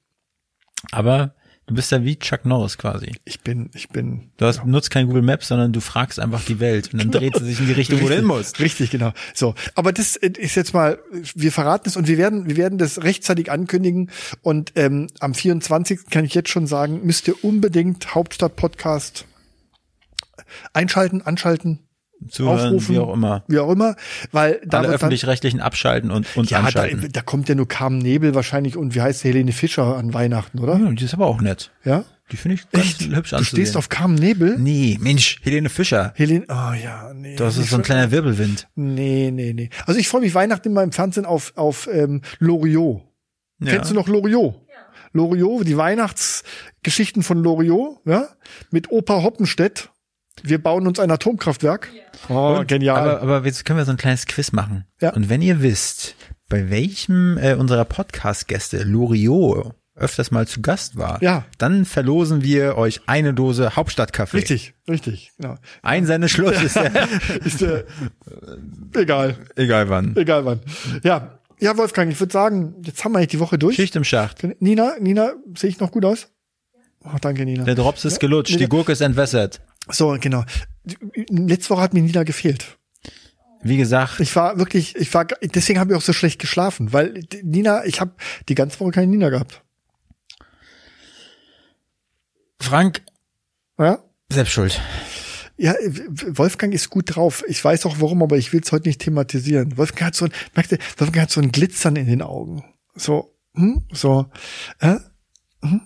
Speaker 3: Aber du bist ja wie Chuck Norris quasi.
Speaker 2: Ich bin, ich bin.
Speaker 3: Du hast, nutzt kein Google Maps, sondern du fragst einfach die Welt und dann dreht sie sich in die Richtung, wo du hin musst.
Speaker 2: Genau. Richtig, genau. So. Aber das äh, ist jetzt mal, äh, wir verraten es und wir werden, wir werden das rechtzeitig ankündigen. Und ähm, am 24. kann ich jetzt schon sagen, müsst ihr unbedingt Hauptstadt Podcast einschalten, anschalten,
Speaker 3: Zuhören,
Speaker 2: Aufrufen.
Speaker 3: wie auch immer.
Speaker 2: wie auch immer, weil da
Speaker 3: Alle
Speaker 2: wird dann,
Speaker 3: öffentlich-rechtlichen abschalten und, und
Speaker 2: ja, da,
Speaker 3: anschalten.
Speaker 2: da kommt ja nur Carmen Nebel wahrscheinlich und wie heißt sie, Helene Fischer an Weihnachten, oder?
Speaker 3: Ja, die ist aber auch nett.
Speaker 2: Ja?
Speaker 3: Die finde ich Hm. ganz hübsch
Speaker 2: Du
Speaker 3: anzusehen.
Speaker 2: stehst auf Carmen Nebel?
Speaker 3: nee, Mensch, Helene Fischer.
Speaker 2: Helene, oh ja, nee.
Speaker 3: Das ist so ein kleiner Wirbelwind.
Speaker 2: Nee, nee, nee. Also ich freue mich Weihnachten in meinem Fernsehen auf, auf ähm, Loriot. Kennst du noch Loriot? Loriot, die Weihnachtsgeschichten von Loriot, ja? Mit Opa Hoppenstedt. Wir bauen uns ein Atomkraftwerk. Oh, genial.
Speaker 3: Aber, aber jetzt können wir so ein kleines Quiz machen.
Speaker 2: Ja.
Speaker 3: Und wenn ihr wisst, bei welchem äh, unserer Podcast-Gäste Loriot öfters mal zu Gast war,
Speaker 2: Ja.
Speaker 3: dann verlosen wir euch eine Dose Hauptstadtkaffee.
Speaker 2: richtig, richtig, genau.
Speaker 3: Ein seine Schluss ist ja
Speaker 2: Ist äh, egal,
Speaker 3: egal wann.
Speaker 2: egal wann. Ja, ja, Wolfgang, ich würde sagen, jetzt haben wir eigentlich die Woche durch.
Speaker 3: Schicht im Schacht.
Speaker 2: Nina, Nina, sehe ich noch gut aus? Oh, danke, Nina.
Speaker 3: Der Drops ist gelutscht, die Gurke ist entwässert.
Speaker 2: So, genau. Letzte Woche hat mir Nina gefehlt.
Speaker 3: Wie gesagt,
Speaker 2: Ich war wirklich, ich war, deswegen habe ich auch so schlecht geschlafen, weil die- Nina, ich habe die ganze Woche keine Nina gehabt.
Speaker 3: Frank,
Speaker 2: Ja?
Speaker 3: selbst schuld.
Speaker 2: Ja, W- Wolfgang ist gut drauf. Ich weiß auch warum, aber ich will es heute nicht thematisieren. Wolfgang hat so ein, merkte, Wolfgang hat so ein Glitzern in den Augen. So, hm, so, äh, hm?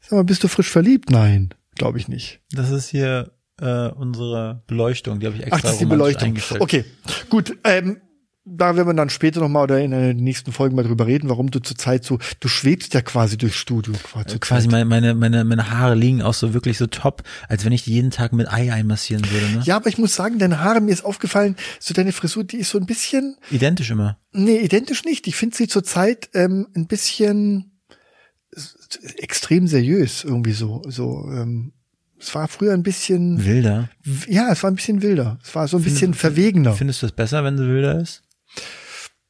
Speaker 2: Sag mal, bist du frisch verliebt? Nein, glaube ich nicht.
Speaker 3: Das ist hier äh, unsere Beleuchtung, die habe ich extra
Speaker 2: Ach, das ist die
Speaker 3: romantisch
Speaker 2: Beleuchtung.
Speaker 3: eingestellt.
Speaker 2: Okay, gut. Ähm, da werden wir dann später nochmal oder in den nächsten Folgen mal drüber reden, warum du zurzeit so, du schwebst ja quasi durchs Studio. Quasi, zur
Speaker 3: Quasi
Speaker 2: Zeit.
Speaker 3: meine, meine, meine, meine Haare liegen auch so wirklich so top, als wenn ich die jeden Tag mit Ei einmassieren würde. Ne?
Speaker 2: Ja, aber ich muss sagen, deine Haare, mir ist aufgefallen, so deine Frisur, die ist so ein bisschen,
Speaker 3: Identisch immer.
Speaker 2: nee, identisch nicht. Ich finde sie zurzeit ähm, ein bisschen s- s- extrem seriös irgendwie so. so ähm, es war früher ein
Speaker 3: Hm.
Speaker 2: bisschen,
Speaker 3: Wilder.
Speaker 2: ja, es war ein bisschen wilder. Es war so ein bisschen verwegener.
Speaker 3: Findest du es besser, wenn sie wilder ist?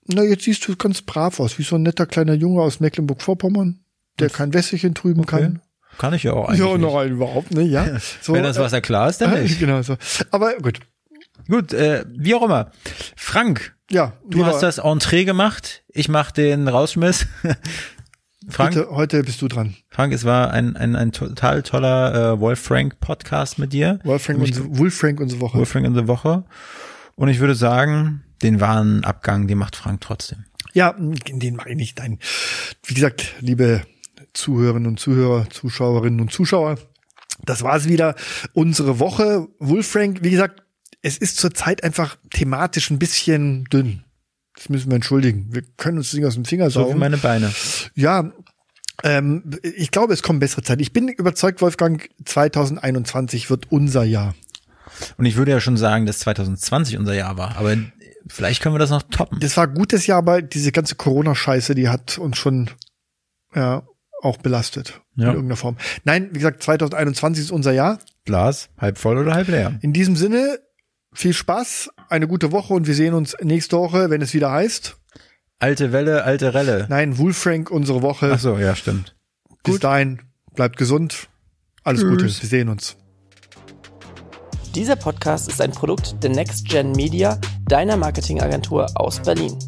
Speaker 2: Na, jetzt siehst du ganz brav aus, wie so ein netter kleiner Junge aus Mecklenburg-Vorpommern, der kein Wässerchen trüben kann.
Speaker 3: Kann Hm. ich ja auch eigentlich.
Speaker 2: ja,
Speaker 3: nicht.
Speaker 2: nein, überhaupt nicht, ja. So,
Speaker 3: Wenn das Wasser klar ist, dann
Speaker 2: äh,
Speaker 3: nicht.
Speaker 2: Genau so. Aber gut,
Speaker 3: Gut, äh, wie auch immer. Frank,
Speaker 2: ja.
Speaker 3: du hast das Entree gemacht. Ich mach den Rausschmiss. Frank,
Speaker 2: Heute, heute bist du dran.
Speaker 3: Frank, es war ein, ein, ein total toller äh, Wolf Frank Podcast mit dir.
Speaker 2: Wolfgang
Speaker 3: Mich-
Speaker 2: und, Wolfgang unsere Woche.
Speaker 3: Wolf Frank in der Woche. Und ich würde sagen, den wahren Abgang, den macht Frank trotzdem.
Speaker 2: Ja, den mache ich nicht. Nein. Wie gesagt, liebe Zuhörerinnen und Zuhörer, Zuschauerinnen und Zuschauer, das war's wieder. Unsere Woche. Wolfrank, wie gesagt, es ist zurzeit einfach thematisch ein bisschen dünn. Das müssen wir entschuldigen. Wir können uns das Ding aus dem Finger
Speaker 3: So wie
Speaker 2: saugen.
Speaker 3: meine Beine.
Speaker 2: ja, ähm, ich glaube, es kommen bessere Zeiten. Ich bin überzeugt, Wolfgang, 2021 wird unser Jahr.
Speaker 3: Und ich würde ja schon sagen, dass 2020 unser Jahr war. Aber vielleicht können wir das noch toppen.
Speaker 2: Das war ein gutes Jahr, aber diese ganze Corona-Scheiße, die hat uns schon ja, auch belastet
Speaker 3: Ja.
Speaker 2: in irgendeiner Form. Nein, wie gesagt, 2021 ist unser Jahr.
Speaker 3: Glas, halb voll oder halb leer?
Speaker 2: In diesem Sinne, viel Spaß, eine gute Woche und wir sehen uns nächste Woche, wenn es wieder heißt.
Speaker 3: Alte Welle, alte Relle.
Speaker 2: Nein, Wolfrank, unsere Woche.
Speaker 3: Ach so, ja, stimmt.
Speaker 2: Bis dahin, bleibt gesund. Alles Gute, wir sehen uns.
Speaker 4: Dieser Podcast ist ein Produkt der Next Gen Media, deiner Marketingagentur aus Berlin.